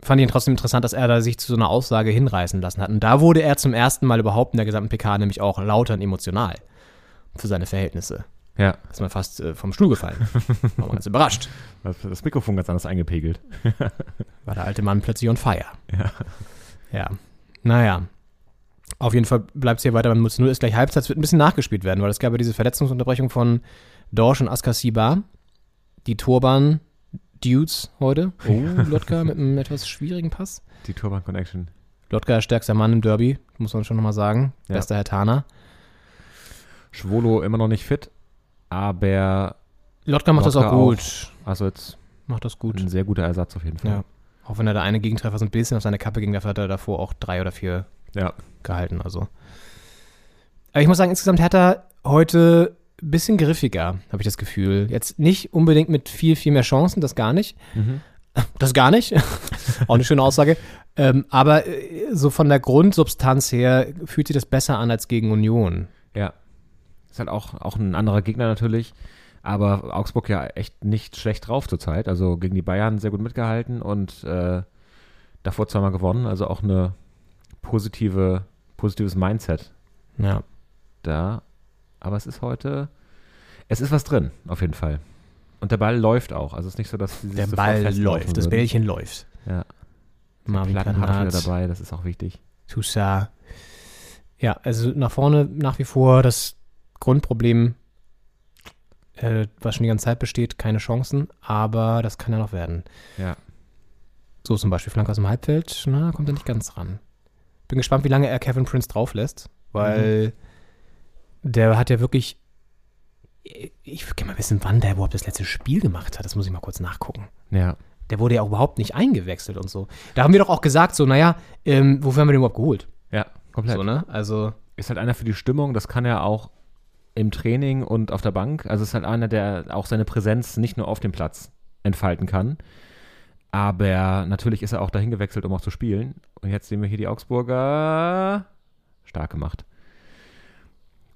D: fand ich ihn trotzdem interessant, dass er da sich zu so einer Aussage hinreißen lassen hat. Und da wurde er zum ersten Mal überhaupt in der gesamten PK nämlich auch lauter und emotional für seine Verhältnisse
G: ja.
D: ist man fast äh, vom Stuhl gefallen. War man ganz überrascht.
G: Das, das Mikrofon ganz anders eingepegelt.
D: War der alte Mann plötzlich on fire.
G: Ja.
D: Ja. Naja. Auf jeden Fall bleibt es hier weiter beim 0 ist gleich Halbzeit. Es wird ein bisschen nachgespielt werden, weil es gab ja diese Verletzungsunterbrechung von Dorsch und Askasiba. Die Turban-Dudes heute. Oh, Lotka mit einem etwas schwierigen Pass.
G: Die Turban Connection.
D: Lotka, stärkster Mann im Derby, muss man schon nochmal sagen.
G: Ja.
D: Bester Herr Tana.
G: Schwolo immer noch nicht fit, aber
D: Lotka macht das
G: Lotka Mhm.
D: auch gut.
G: also jetzt
D: Macht das gut.
G: ein sehr guter Ersatz auf jeden Fall.
D: Ja. Auch wenn er da eine Gegentreffer so ein bisschen auf seine Kappe ging, dafür hat er davor auch drei oder vier
G: Ja.
D: gehalten. Also. Aber ich muss sagen, insgesamt hat er heute ein bisschen griffiger, habe ich das Gefühl. Jetzt nicht unbedingt mit viel, viel mehr Chancen, das gar nicht. Das gar nicht. auch eine schöne Aussage. Ähm, aber äh, so von der Grundsubstanz her fühlt sich das besser an als gegen Union.
G: Ja. Ist halt auch, auch ein anderer Gegner natürlich. Aber Augsburg ja echt nicht schlecht drauf zurzeit. Also gegen die Bayern sehr gut mitgehalten und äh, davor zweimal gewonnen. Also auch eine positive, positives Mindset
D: Ja.
G: da. Aber es ist heute, es ist was drin, auf jeden Fall. Und der Ball läuft auch. Also es ist nicht so, dass sie sich
D: Der
G: sofort
D: Ball
G: festlaufen
D: läuft, das
G: würden.
D: Bällchen läuft.
G: Ja.
D: Marvin
G: Platten habe ich
D: Plattenhardt.
G: wieder dabei, das ist auch wichtig.
D: Toussaint. Ja, also nach vorne nach wie vor das Grundproblem, äh, was schon die ganze Zeit besteht, keine Chancen, aber das kann ja noch werden.
G: Ja.
D: So zum Beispiel Flanke aus dem Halbfeld, na, kommt er nicht ganz ran. Bin gespannt, wie lange er Kevin Prince drauflässt, weil der hat ja wirklich. Ich- Ich kann mal wissen, wann der überhaupt das letzte Spiel gemacht hat. Das muss ich mal kurz nachgucken
G: Ja.
D: der wurde ja auch überhaupt nicht eingewechselt und so. Da haben wir doch auch gesagt, so, naja, ähm, wofür haben wir den überhaupt geholt?
G: Ja, komplett.
D: So, ne? Also,
G: ist halt einer für die Stimmung, das kann er auch im Training und auf der Bank. Also ist halt einer, der auch seine Präsenz nicht nur auf dem Platz entfalten kann. Aber natürlich ist er auch dahin gewechselt, um auch zu spielen. Und jetzt sehen wir hier die Augsburger stark gemacht.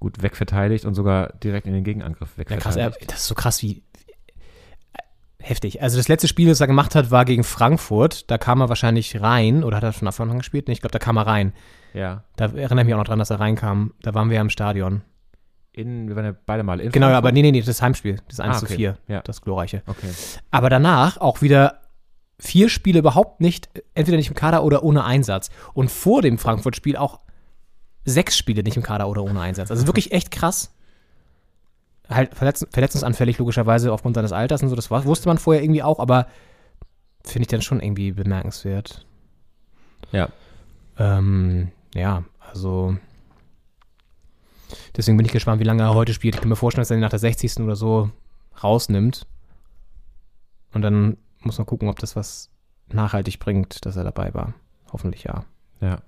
G: Gut wegverteidigt und sogar direkt in den Gegenangriff
D: ja, krass, er,
G: wegverteidigt.
D: das ist so krass wie. äh, Heftig. Also, das letzte Spiel, das er gemacht hat, war gegen Frankfurt. Da kam er wahrscheinlich rein. Oder hat er schon davon gespielt? Nee, ich glaube, da kam er rein.
G: ja.
D: Da erinnere ich mich auch noch dran, dass er reinkam. Da waren wir ja im Stadion.
G: In, wir waren ja beide mal in.
D: Genau, ja, aber
G: Frankfurt.
D: nee, nee, nee, das Heimspiel. Das 1
G: Ah,
D: zu
G: okay.
D: 4.
G: Ja.
D: Das glorreiche.
G: Okay.
D: Aber danach auch wieder vier Spiele überhaupt nicht, entweder nicht im Kader oder ohne Einsatz. Und vor dem Frankfurt-Spiel auch sechs Spiele nicht im Kader oder ohne Einsatz. Also wirklich echt krass. Halt verletz verletzungsanfällig, logischerweise, aufgrund seines Alters und so. Das war, wusste man vorher irgendwie auch, aber finde ich dann schon irgendwie bemerkenswert.
G: Ja.
D: Ähm, ja, also. Deswegen bin ich gespannt, wie lange er heute spielt. Ich kann mir vorstellen, dass er ihn nach der 60. oder so rausnimmt. Und dann muss man gucken, ob das was nachhaltig bringt, dass er dabei war. Hoffentlich ja.
G: Ja.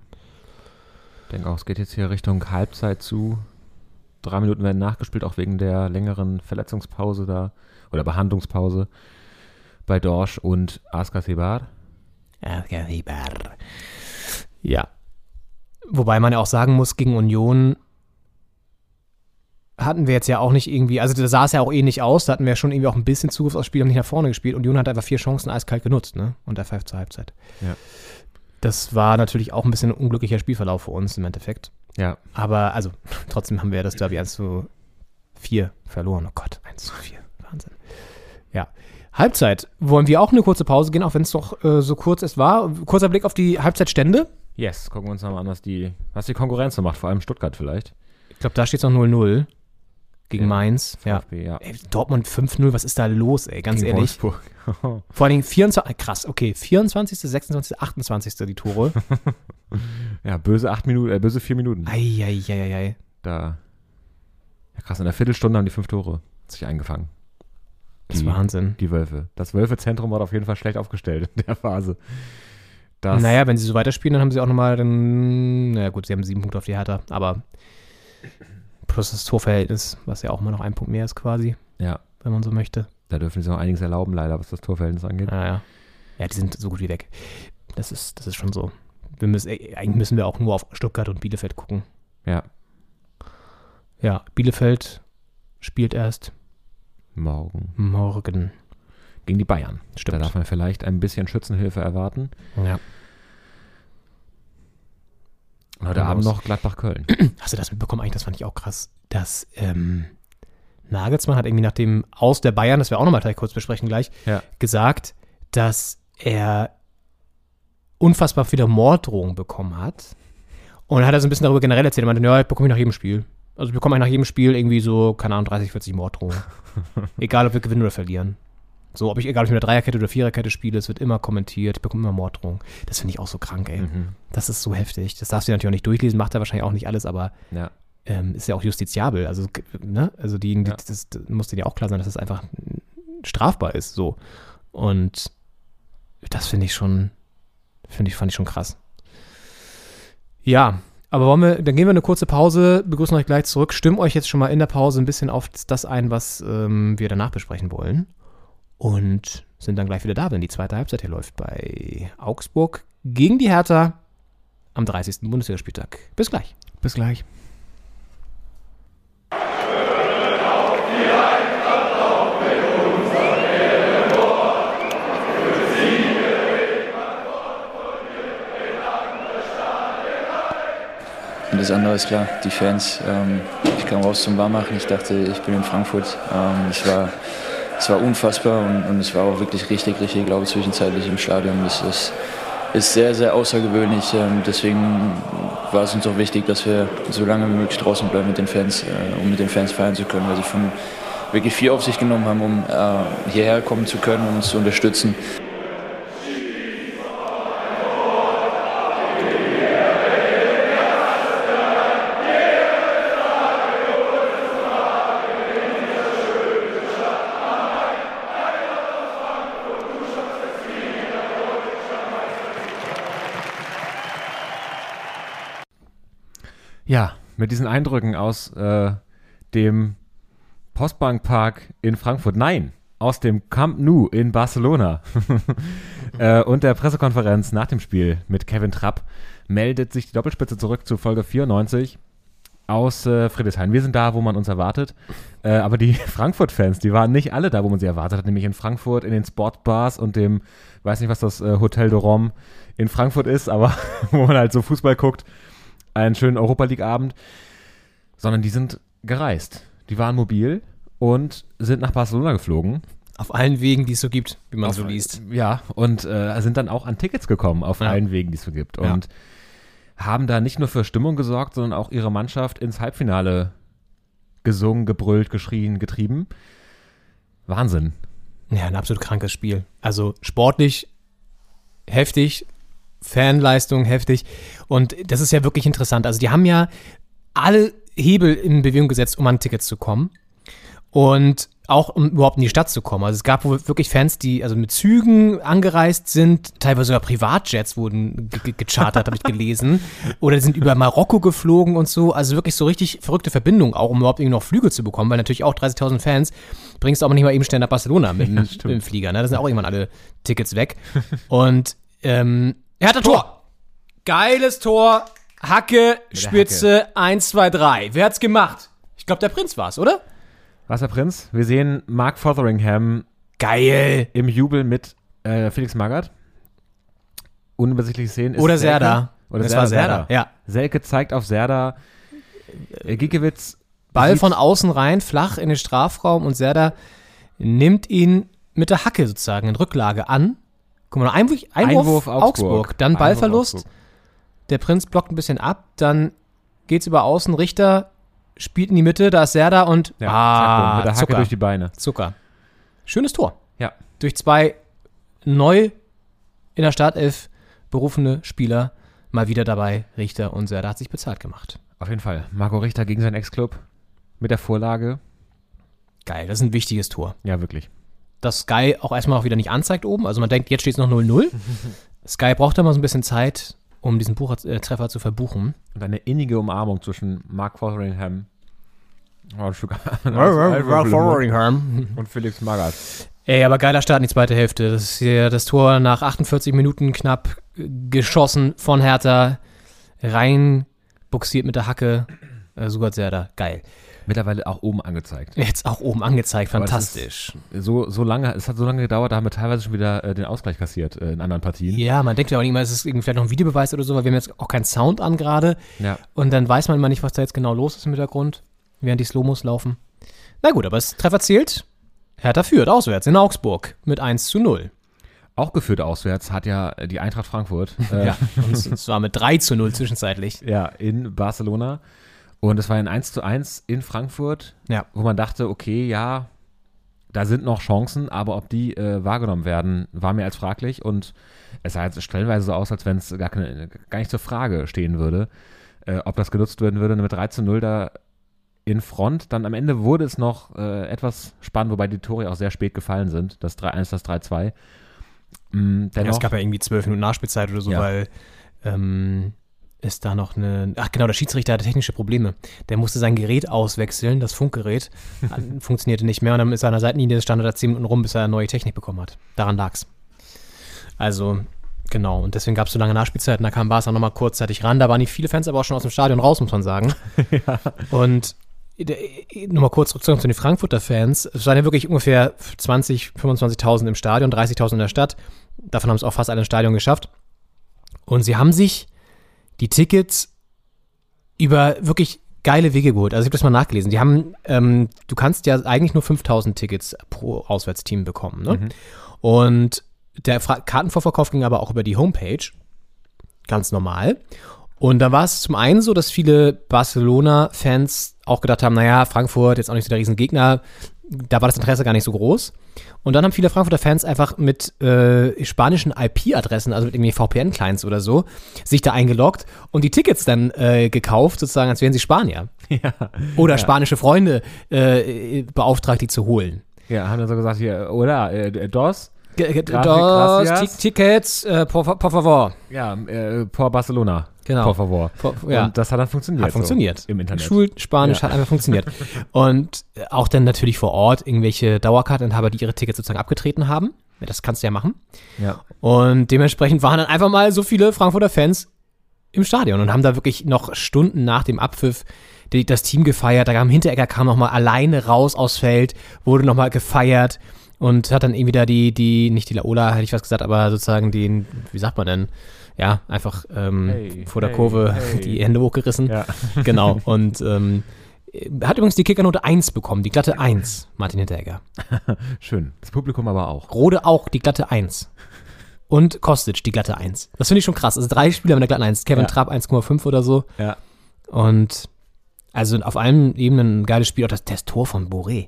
G: Ich denke auch, es geht jetzt hier Richtung Halbzeit zu. Drei Minuten werden nachgespielt, auch wegen der längeren Verletzungspause da oder Behandlungspause bei Dorsch und Askar Sebar.
D: Ja. Wobei man ja auch sagen muss, gegen Union hatten wir jetzt ja auch nicht irgendwie, also da sah es ja auch ähnlich aus, da hatten wir ja schon irgendwie auch ein bisschen Zugriff aufs Spiel, haben nicht nach vorne gespielt und Jon hat einfach vier Chancen eiskalt genutzt, ne? Und er pfeift zur Halbzeit.
G: Ja.
D: Das war natürlich auch ein bisschen ein unglücklicher Spielverlauf für uns im Endeffekt.
G: Ja,
D: Aber also, trotzdem haben wir das Derby 1 zu 4 verloren. Oh Gott, 1 zu 4. Wahnsinn. Ja. Halbzeit. Wollen wir auch eine kurze Pause gehen, auch wenn es noch äh, so kurz es war? Kurzer Blick auf die Halbzeitstände.
G: yes, gucken wir uns nochmal an, was die, was die Konkurrenz so macht, vor allem Stuttgart vielleicht.
D: Ich glaube, da steht es noch 0-0 gegen
G: Ja.
D: Mainz. Ja.
G: VfB, ja.
D: Ey, Dortmund 5-0, was ist da los, ey? Ganz
G: Gegen
D: ehrlich.
G: Wolfsburg.
D: Vor allen Dingen 24, ah, krass, okay, 24., 26., 28. die Tore.
G: ja, böse acht Minuten, äh, böse vier Minuten.
D: Eieieiei.
G: Da. Ja, krass, in einer Viertelstunde haben die fünf Tore sich eingefangen.
D: Das ist
G: Die-
D: Wahnsinn.
G: Die Wölfe. Das Wölfezentrum war auf jeden Fall schlecht aufgestellt in der Phase. Das,
D: Naja, wenn sie so weiterspielen, dann haben sie auch nochmal den. Na gut, sie haben sieben Punkte auf die Hertha, aber plus das Torverhältnis, was ja auch immer noch ein Punkt mehr ist quasi,
G: Ja,
D: wenn man so möchte.
G: da dürfen sie noch einiges erlauben, leider, was das Torverhältnis angeht.
D: Naja. Ja, die sind so gut wie weg. Das ist, das ist schon so. Wir müssen, eh, eigentlich müssen wir auch nur auf Stuttgart und Bielefeld gucken.
G: Ja,
D: Ja, Bielefeld spielt erst
G: morgen.
D: morgen.
G: Gegen die Bayern. Da
D: Stimmt.
G: darf man vielleicht ein bisschen Schützenhilfe erwarten.
D: Ja.
G: Und heute
D: Ja,
G: Abend
D: was-
G: noch Gladbach-Köln.
D: Hast du das mitbekommen? Eigentlich, das fand ich auch krass, dass ähm, Nagelsmann hat irgendwie nach dem Aus der Bayern, das wir auch nochmal gleich kurz besprechen gleich,
G: Ja.
D: gesagt, dass er unfassbar viele Morddrohungen bekommen hat. Und dann hat er so ein bisschen darüber generell erzählt. Er meinte, ja, ich bekomme ich nach jedem Spiel. Also ich bekomme eigentlich nach jedem Spiel irgendwie so, keine Ahnung, 30, 40 Morddrohungen. egal, ob wir gewinnen oder verlieren. So, ob ich, egal ob ich mit der Dreierkette oder Viererkette spiele, es wird immer kommentiert, ich bekomme immer Morddrohungen. Das finde ich auch so krank, ey.
G: Mhm.
D: Das ist so heftig. Das darfst du dir natürlich auch nicht durchlesen, macht er wahrscheinlich auch nicht alles, aber
G: Ja.
D: ähm, ist ja auch justiziabel. Also, g- ne? also die, die,
G: Ja.
D: das, das muss dir ja auch klar sein, dass das einfach mm, strafbar ist. So. Und das finde ich schon, finde ich, fand ich schon krass. Ja, aber wollen wir, dann gehen wir eine kurze Pause, begrüßen euch gleich zurück, stimmen euch jetzt schon mal in der Pause ein bisschen auf das ein, was ähm, wir danach besprechen wollen. Und sind dann gleich wieder da, wenn die zweite Halbzeit hier läuft bei Augsburg gegen die Hertha am 30. Bundesligaspieltag. Bis gleich.
G: Bis gleich.
H: Und das andere ist klar, die Fans. Ähm, ich kam raus zum Warmmachen. Ich dachte, ich bin in Frankfurt. Ähm, es, war, es war unfassbar und, und es war auch wirklich richtig, richtig, glaube ich, zwischenzeitlich im Stadion. Das ist, ist sehr, sehr außergewöhnlich. Ähm, deswegen war es uns auch wichtig, dass wir so lange wie möglich draußen bleiben mit den Fans, äh, um mit den Fans feiern zu können, weil sie von wirklich viel auf sich genommen haben, um äh, hierher kommen zu können, um uns zu unterstützen.
G: Ja, mit diesen Eindrücken aus äh, dem Postbankpark in Frankfurt, nein, aus dem Camp Nou in Barcelona äh, und der Pressekonferenz nach dem Spiel mit Kevin Trapp meldet sich die Doppelspitze zurück zu Folge 94 aus äh, Friedrichshain. Wir sind da, wo man uns erwartet, äh, aber die Frankfurt-Fans, die waren nicht alle da, wo man sie erwartet hat, nämlich in Frankfurt, in den Sportbars und dem, weiß nicht, was das äh, Hotel de Rome in Frankfurt ist, aber wo man halt so Fußball guckt einen schönen Europa League-Abend, sondern die sind gereist. Die waren mobil und sind nach Barcelona geflogen.
D: Auf allen Wegen, die es so gibt, wie man so liest.
G: Ja, und äh, sind dann auch an Tickets gekommen, auf
D: Ja.
G: allen Wegen, die es so gibt.
D: Ja.
G: Und haben da nicht nur für Stimmung gesorgt, sondern auch ihre Mannschaft ins Halbfinale gesungen, gebrüllt, geschrien, getrieben. Wahnsinn.
D: Ja, ein absolut krankes Spiel. Also sportlich heftig, Fanleistung heftig. Und das ist ja wirklich interessant. Also die haben ja alle Hebel in Bewegung gesetzt, um an Tickets zu kommen. Und auch um überhaupt in die Stadt zu kommen. Also es gab wohl wirklich Fans, die also mit Zügen angereist sind, teilweise sogar Privatjets wurden ge- ge- gechartert, habe ich gelesen. Oder sind über Marokko geflogen und so. Also wirklich so richtig verrückte Verbindungen auch, um überhaupt irgendwie noch Flüge zu bekommen, weil natürlich auch 30.000 Fans bringst du auch nicht mal eben schnell nach Barcelona mit, dem- mit dem Flieger. Ne? Da sind auch irgendwann alle Tickets weg. Und ähm, er hat ein Tor. Geiles Tor. Hacke, Spitze, 1, 2, 3. Wer hat's gemacht?
G: Ich
D: Ich glaube, der Prinz war's, oder?
G: Wasserprinz, wir sehen Mark Fotheringham
D: Geil.
G: im Jubel mit äh, Felix Magath. Unübersichtliche Szenen. ist
D: Oder
G: Selke.
D: Serda.
G: Oder
D: das
G: Serda,
D: war Serda. Ja.
G: Selke zeigt auf Serda. Äh, Giekewitz
D: Ball
G: sieht-
D: von außen rein, flach in den Strafraum und Serda nimmt ihn mit der Hacke sozusagen in Rücklage an. Guck mal, Einwurf, Einwurf, Augsburg. dann
G: Einwurf
D: Ballverlust.
G: Augsburg.
D: Der Prinz blockt ein bisschen ab, dann geht's über außen, Richter spielt in die Mitte, da ist Serda und
G: Ja, zack, bumm,
D: ah,
G: mit der Hacke
D: Zucker.
G: durch die Beine.
D: Zucker. Schönes Tor.
G: Ja.
D: Durch zwei neu in der Startelf berufene Spieler mal wieder dabei, Richter und Serda hat sich bezahlt gemacht.
G: Auf jeden Fall. Marco Richter gegen seinen Ex-Club mit der Vorlage.
D: Geil, das ist ein wichtiges Tor.
G: Ja, wirklich.
D: dass Sky auch erstmal auch wieder nicht anzeigt oben. Also man denkt, jetzt steht es noch 0-0. Sky braucht da mal so ein bisschen Zeit, um diesen Bucher, äh, Treffer zu verbuchen.
G: Und eine innige Umarmung zwischen Mark Fotheringham und Sugar- und Felix Magath.
D: Ey, aber geiler Start in die zweite Hälfte. Das ist hier das Tor nach 48 Minuten knapp äh, geschossen von Hertha. Rein buxiert mit der Hacke. Äh, Sugat Serda, geil.
G: Mittlerweile auch oben angezeigt.
D: Jetzt auch oben angezeigt,
G: Aber das
D: fantastisch.
G: So, so lange, es hat so lange gedauert, da haben wir teilweise schon wieder äh, den Ausgleich kassiert äh, in anderen Partien.
D: Ja, man denkt ja auch nicht mal, es ist irgendwie vielleicht noch ein Videobeweis oder so, weil wir haben jetzt auch keinen Sound an gerade.
G: Ja.
D: Und dann weiß man immer nicht, was da jetzt genau los ist im Hintergrund, während die Slomos laufen. Na gut, aber das Treffer zählt. Hertha führt auswärts in Augsburg mit 1 zu 0.
G: Auch geführt auswärts hat ja die Eintracht Frankfurt. äh,
D: Ja, und es- es war mit 3 zu 0 zwischenzeitlich.
G: ja, in Barcelona. Und es war ein 1 zu 1 in Frankfurt,
D: Ja.
G: wo man dachte, okay, ja, da sind noch Chancen, aber ob die äh, wahrgenommen werden, war mir als fraglich. Und es sah jetzt stellenweise so aus, als wenn es gar, keine- gar nicht zur Frage stehen würde, äh, ob das genutzt werden würde. Und mit 3 zu 0 da in Front. Dann am Ende wurde es noch äh, etwas spannend, wobei die Tore auch sehr spät gefallen sind. Das 3-1, das 3-2. Mm,
D: Ja, es
G: dennoch-
D: gab ja irgendwie 12 Minuten Nachspielzeit oder so,
G: Ja.
D: weil ähm, ist da noch eine. Ach genau, der Schiedsrichter hatte technische Probleme. Der musste sein Gerät auswechseln, das Funkgerät. An- funktionierte nicht mehr und dann ist er an der Seitenlinie, stand er da 10 Minuten rum, bis er neue Technik bekommen hat. Daran lag's. Also, genau. Und deswegen gab es so lange Nachspielzeiten. Da kam Barca nochmal kurzzeitig ran. Da waren nicht viele Fans aber auch schon aus dem Stadion raus, muss man sagen. Und äh, der- nochmal kurz zurück zu den Frankfurter Fans. Es waren ja wirklich ungefähr 20, 25.000 im Stadion, 30.000 in der Stadt. Davon haben es auch fast alle ins Stadion geschafft. Und sie haben sich die Tickets über wirklich geile Wege geholt. Also ich habe das mal nachgelesen. Die haben, ähm, du kannst ja eigentlich nur 5.000 Tickets pro Auswärtsteam bekommen. Ne? Und der Fra Kartenvorverkauf ging aber auch über die Homepage. Ganz normal. Und dann war es zum einen so, dass viele Barcelona-Fans auch gedacht haben, naja, Frankfurt, jetzt auch nicht so der Riesengegner. Da war das Interesse gar nicht so groß. Und dann haben viele Frankfurter Fans einfach mit äh, spanischen IP-Adressen, also mit irgendwie VPN-Clients oder so, sich da eingeloggt und die Tickets dann äh, gekauft, sozusagen, als wären sie Spanier. Oder spanische Freunde äh, beauftragt, die zu holen.
G: Ja, haben dann so gesagt, hier, oder, äh, DOS,
D: Ge- ge-
G: Gracias,
D: Dos
G: gracias.
D: Ti- Tickets, äh, por, fa- por favor.
G: ja, äh, por Barcelona,
D: Genau.
G: por favor.
D: Por- ja.
G: Und das hat dann funktioniert.
D: Hat funktioniert.
G: So, Im Internet.
D: Schulspanisch hat einfach funktioniert. Und äh, auch dann natürlich vor Ort irgendwelche Dauerkarteninhaber, die ihre Tickets sozusagen abgetreten haben. Ja, Das kannst du ja machen.
G: Ja.
D: Und dementsprechend waren dann einfach mal so viele Frankfurter Fans im Stadion und haben da wirklich noch Stunden nach dem Abpfiff die, das Team gefeiert. Da kam Hinteregger kam nochmal alleine raus aufs Feld, wurde nochmal gefeiert und hat dann irgendwie da die, die, nicht die Laola, hätte ich was gesagt, aber sozusagen den, wie sagt man denn? Ja, einfach ähm,
G: Hey,
D: vor der
G: hey,
D: Kurve
G: hey.
D: die Hände hochgerissen.
G: Ja.
D: Genau. Und ähm, hat übrigens die Kickernote 1 bekommen, die glatte 1, Martin Hinteregger.
G: Schön. Das Publikum aber auch.
D: Rode auch die glatte 1. Und Kostic die glatte 1. Das finde ich schon krass. Also drei Spieler mit der glatten 1. Kevin
G: Ja.
D: Trapp 1,5 oder so.
G: Ja.
D: Und also auf allen Ebenen ein geiles Spiel. Auch das, das Tor von Boré.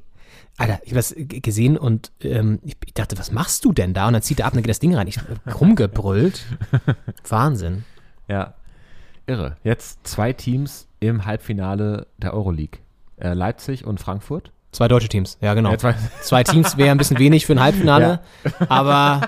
D: Alter, ich habe das g- gesehen und ähm, ich ich dachte, was machst du denn da? Und dann zieht er ab und dann geht das Ding rein. Ich rumgebrüllt. Wahnsinn.
G: Ja. Irre. Jetzt zwei Teams im Halbfinale der Euroleague. Äh, Leipzig und Frankfurt.
D: Zwei deutsche Teams, ja genau.
G: Ja, zwei-
D: Zwei Teams wäre ein bisschen wenig für ein Halbfinale, aber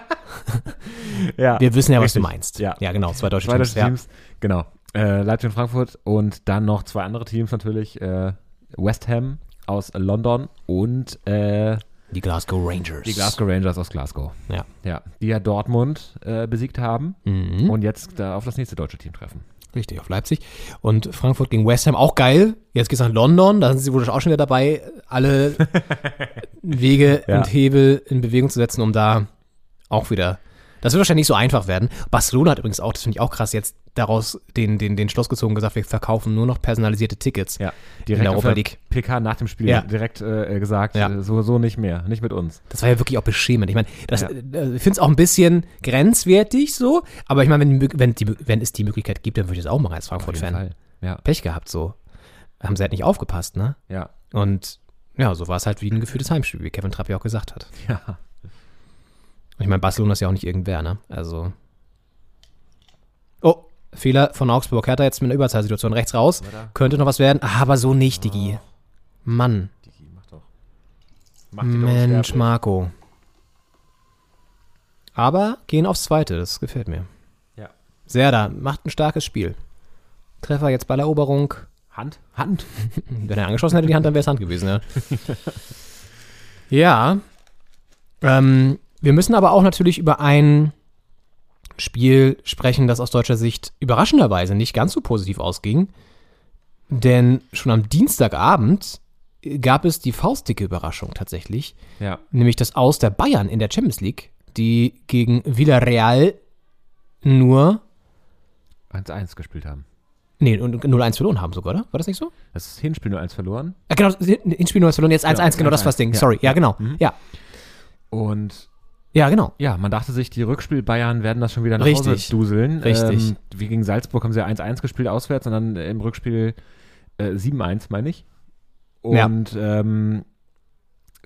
G: Ja.
D: wir wissen ja, was
G: Richtig.
D: du meinst.
G: Ja.
D: ja genau, zwei deutsche
G: Zwei
D: Teams.
G: deutsche Teams. Genau. Äh, Leipzig und Frankfurt und dann noch zwei andere Teams natürlich. Äh, West Ham aus London und äh,
D: Ja. Die Glasgow Rangers.
G: die Glasgow Rangers aus Glasgow.
D: Ja.
G: Ja. Die ja Dortmund äh, besiegt haben
D: Mhm.
G: und jetzt da auf das nächste deutsche Team treffen.
D: Richtig, auf Leipzig. Und Frankfurt gegen West Ham, auch geil. Jetzt geht's nach London, da sind sie wohl auch schon wieder dabei, alle Wege
G: Ja.
D: und Hebel in Bewegung zu setzen, um da auch wieder. Das wird wahrscheinlich nicht so einfach werden. Barcelona hat übrigens auch, das finde ich auch krass, jetzt daraus den, den, den Schluss gezogen und gesagt, wir verkaufen nur noch personalisierte Tickets.
G: Ja,
D: In
G: direkt
D: der
G: auf
D: Europa
G: der
D: League.
G: PK nach dem Spiel
D: Ja.
G: direkt äh, gesagt,
D: Ja.
G: äh, so, so nicht mehr, nicht mit uns.
D: Das war ja wirklich auch beschämend. Ich meine, das,
G: Ja.
D: äh, ich finde es auch ein bisschen grenzwertig so, aber ich meine, wenn, die Mö- wenn, die, wenn es die Möglichkeit gibt, dann würde ich das auch machen als Frankfurt-Fan.
G: Fall. Ja,
D: Pech gehabt so. Haben sie halt nicht aufgepasst, ne?
G: ja,
D: Und ja, so war es halt wie ein gefühltes Heimspiel, wie Kevin Trapp ja auch gesagt hat.
G: ja.
D: Und ich meine, Barcelona ist ja auch nicht irgendwer, ne? Also. Oh, Fehler von Augsburg. Hertha jetzt mit einer Überzahlsituation rechts raus. Könnte noch was werden, aber so nicht, Digi. Mann,
G: Digi, mach doch.
D: Mensch, Marco. Aber gehen aufs Zweite, das gefällt mir.
G: Ja.
D: Serda macht ein starkes Spiel. Treffer jetzt Balleroberung.
G: Hand? Hand?
D: Wenn er angeschossen hätte, die Hand, dann wäre es Hand gewesen, ja. ja. Ähm, wir müssen aber auch natürlich über ein Spiel sprechen, das aus deutscher Sicht überraschenderweise nicht ganz so positiv ausging. Denn schon am Dienstagabend gab es die faustdicke Überraschung tatsächlich,
G: Ja.
D: nämlich das Aus der Bayern in der Champions League, die gegen Villarreal nur,
G: 1-1 gespielt haben.
D: nee, und 0-1 verloren haben sogar, oder? War das nicht so?
G: Das Hinspiel nur 1 verloren.
D: Ah, genau, Hinspiel 0 verloren, jetzt 1-1, genau, das war das Ding.
G: 1-1, ja.
D: Sorry, ja, genau. Ja,
G: Und
D: ja, genau.
G: ja, man dachte sich, die Rückspiel Bayern werden das schon wieder nach
D: Richtig.
G: Hause duseln.
D: Richtig.
G: Ähm, wie gegen Salzburg haben sie ja 1-1 gespielt auswärts und dann im Rückspiel äh, 7-1, meine ich.
D: Ja.
G: Und ähm,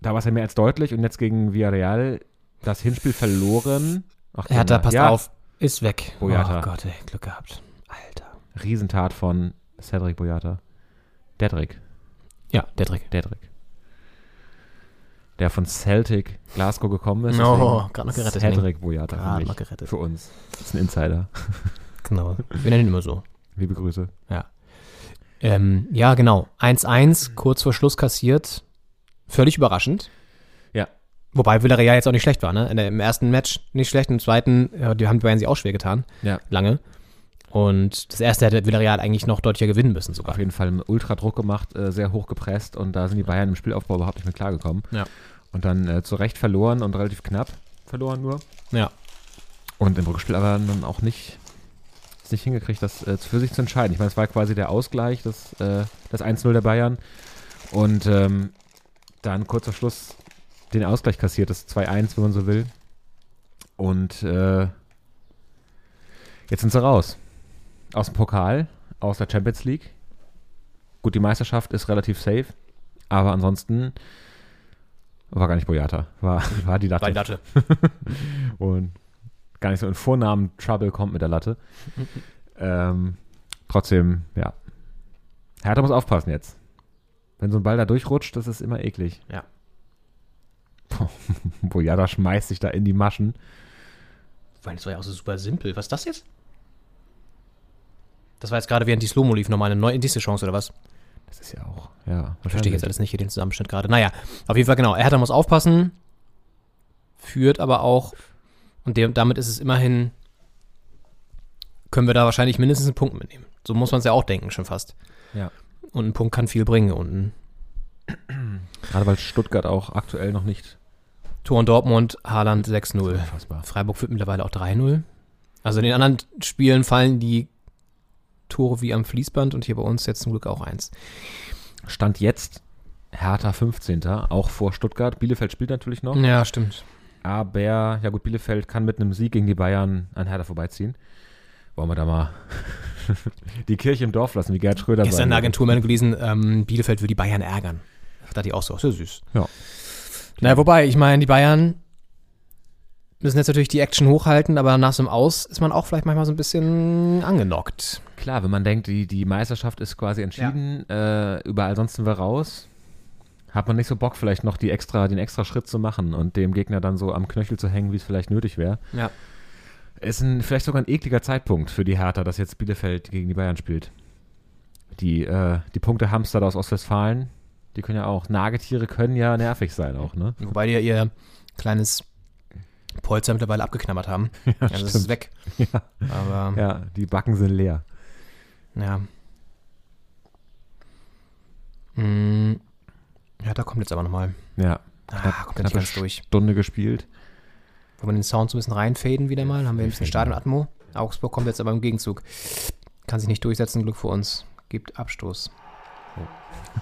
G: da war es ja mehr als deutlich und jetzt gegen Villarreal das Hinspiel verloren. Ach,
D: Hertha,
G: Kinder.
D: passt
G: ja,
D: auf, ist weg.
G: Boyata.
D: Genau. Oh Gott, ey, Glück gehabt. Alter.
G: Riesentat von Cedric Boyata. Dedrick.
D: Ja, der Trick.
G: Dedrick. Der von Celtic Glasgow gekommen ist.
D: Oh,
G: deswegen
D: gerade noch gerettet,
G: Cedric Boyata
D: Gerade
G: für mich.
D: noch gerettet.
G: Für uns. Das ist ein Insider.
D: Genau, wir nennen ihn immer so.
G: Liebe Grüße.
D: Ähm, ja, genau, 1-1, kurz vor Schluss kassiert. Völlig überraschend.
G: Ja.
D: Wobei Villarreal jetzt auch nicht schlecht war, ne? In der, Im ersten Match nicht schlecht, im zweiten, ja, die haben die Bayern sich auch schwer getan,
G: Ja.
D: lange. Und das erste hätte Villarreal eigentlich noch deutlicher gewinnen müssen sogar.
G: Auf jeden Fall ultra Druck gemacht, äh, sehr hoch gepresst und da sind die Bayern im Spielaufbau überhaupt nicht mit klargekommen.
D: Ja.
G: Und dann äh, zu Recht verloren und relativ knapp verloren nur.
D: Ja.
G: Und im Rückspiel aber dann auch nicht, es nicht hingekriegt, das äh, für sich zu entscheiden. Ich meine, es war quasi der Ausgleich, das, äh, das 1-0 der Bayern. Und ähm, dann kurz vor Schluss den Ausgleich kassiert, das 2-1, wenn man so will. Und äh, jetzt sind sie raus. Aus dem Pokal, aus der Champions League. Gut, die Meisterschaft ist relativ safe, aber ansonsten war gar nicht Boyata, war, war die Latte.
D: Latte.
G: Und gar nicht so in Vornamen Trouble kommt mit der Latte. ähm, trotzdem, ja. Hertha muss aufpassen jetzt. Wenn so ein Ball da durchrutscht, das ist immer eklig.
D: Ja.
G: Boah, Boyata schmeißt sich da in die Maschen.
D: Weil das war ja auch so super simpel. Was ist das jetzt? Das war jetzt gerade während die Slow-Mo lief nochmal eine neue nächste Chance oder was?
G: Das ist ja auch, ja. ne.
D: Verstehe ich jetzt alles nicht hier den Zusammenschnitt gerade. Naja, auf jeden Fall genau. Hertha muss aufpassen, führt aber auch und dem, damit ist es immerhin können wir da wahrscheinlich mindestens einen Punkt mitnehmen. So muss man es ja auch denken schon fast.
G: Ja.
D: Und ein Punkt kann viel bringen unten.
G: Gerade weil Stuttgart auch aktuell noch nicht
D: Tor und Dortmund, Haaland 6-0.
G: fassbar.
D: Freiburg führt mittlerweile auch 3-0. Also in den anderen Spielen fallen die Tore wie am Fließband und hier bei uns jetzt zum Glück auch eins.
G: Stand jetzt Hertha 15. Auch vor Stuttgart. Bielefeld spielt natürlich noch.
D: Ja, stimmt.
G: Aber, ja gut, Bielefeld kann mit einem Sieg gegen die Bayern an Hertha vorbeiziehen. Wollen wir da mal die Kirche im Dorf lassen, wie Gerd Schröder
D: Gestern in der
G: sagen würde.
D: Agenturmeldung gelesen, ähm, Bielefeld will die Bayern ärgern. Da dachte ich auch so, ist ja süß.
G: Ja.
D: Naja, wobei, ich meine, die Bayern müssen jetzt natürlich die Action hochhalten, aber nach so einem Aus ist man auch vielleicht manchmal so ein bisschen angenockt.
G: Klar, wenn man denkt, die, die Meisterschaft ist quasi entschieden, äh, überall sonst sind wir raus, hat man nicht so Bock, vielleicht noch die extra, den extra Schritt zu machen und dem Gegner dann so am Knöchel zu hängen, wie es vielleicht nötig wäre.
D: Ja.
G: Ist ein, vielleicht sogar ein ekliger Zeitpunkt für die Hertha, dass jetzt Bielefeld gegen die Bayern spielt. Die, äh, die Punkte Hamster da aus Ostwestfalen, die können ja auch, Nagetiere können ja nervig sein auch, ne?
D: Wobei die ja ihr kleines Polster Also mittlerweile abgeknabbert haben. Ja, das ist weg.
G: Ja.
D: Aber
G: Ja, die Backen sind leer.
D: Ja. Mm. Ja, da kommt jetzt aber nochmal.
G: Ja.
D: Ah, kommt
G: Knapp
D: nicht
G: eine
D: ganz durch.
G: Stunde gespielt.
D: Wollen wir den Sound so ein bisschen reinfaden wieder mal? Haben wir ein bisschen Stadionatmo. Augsburg kommt jetzt aber im Gegenzug. Kann sich nicht durchsetzen, Glück für uns. Gibt Abstoß.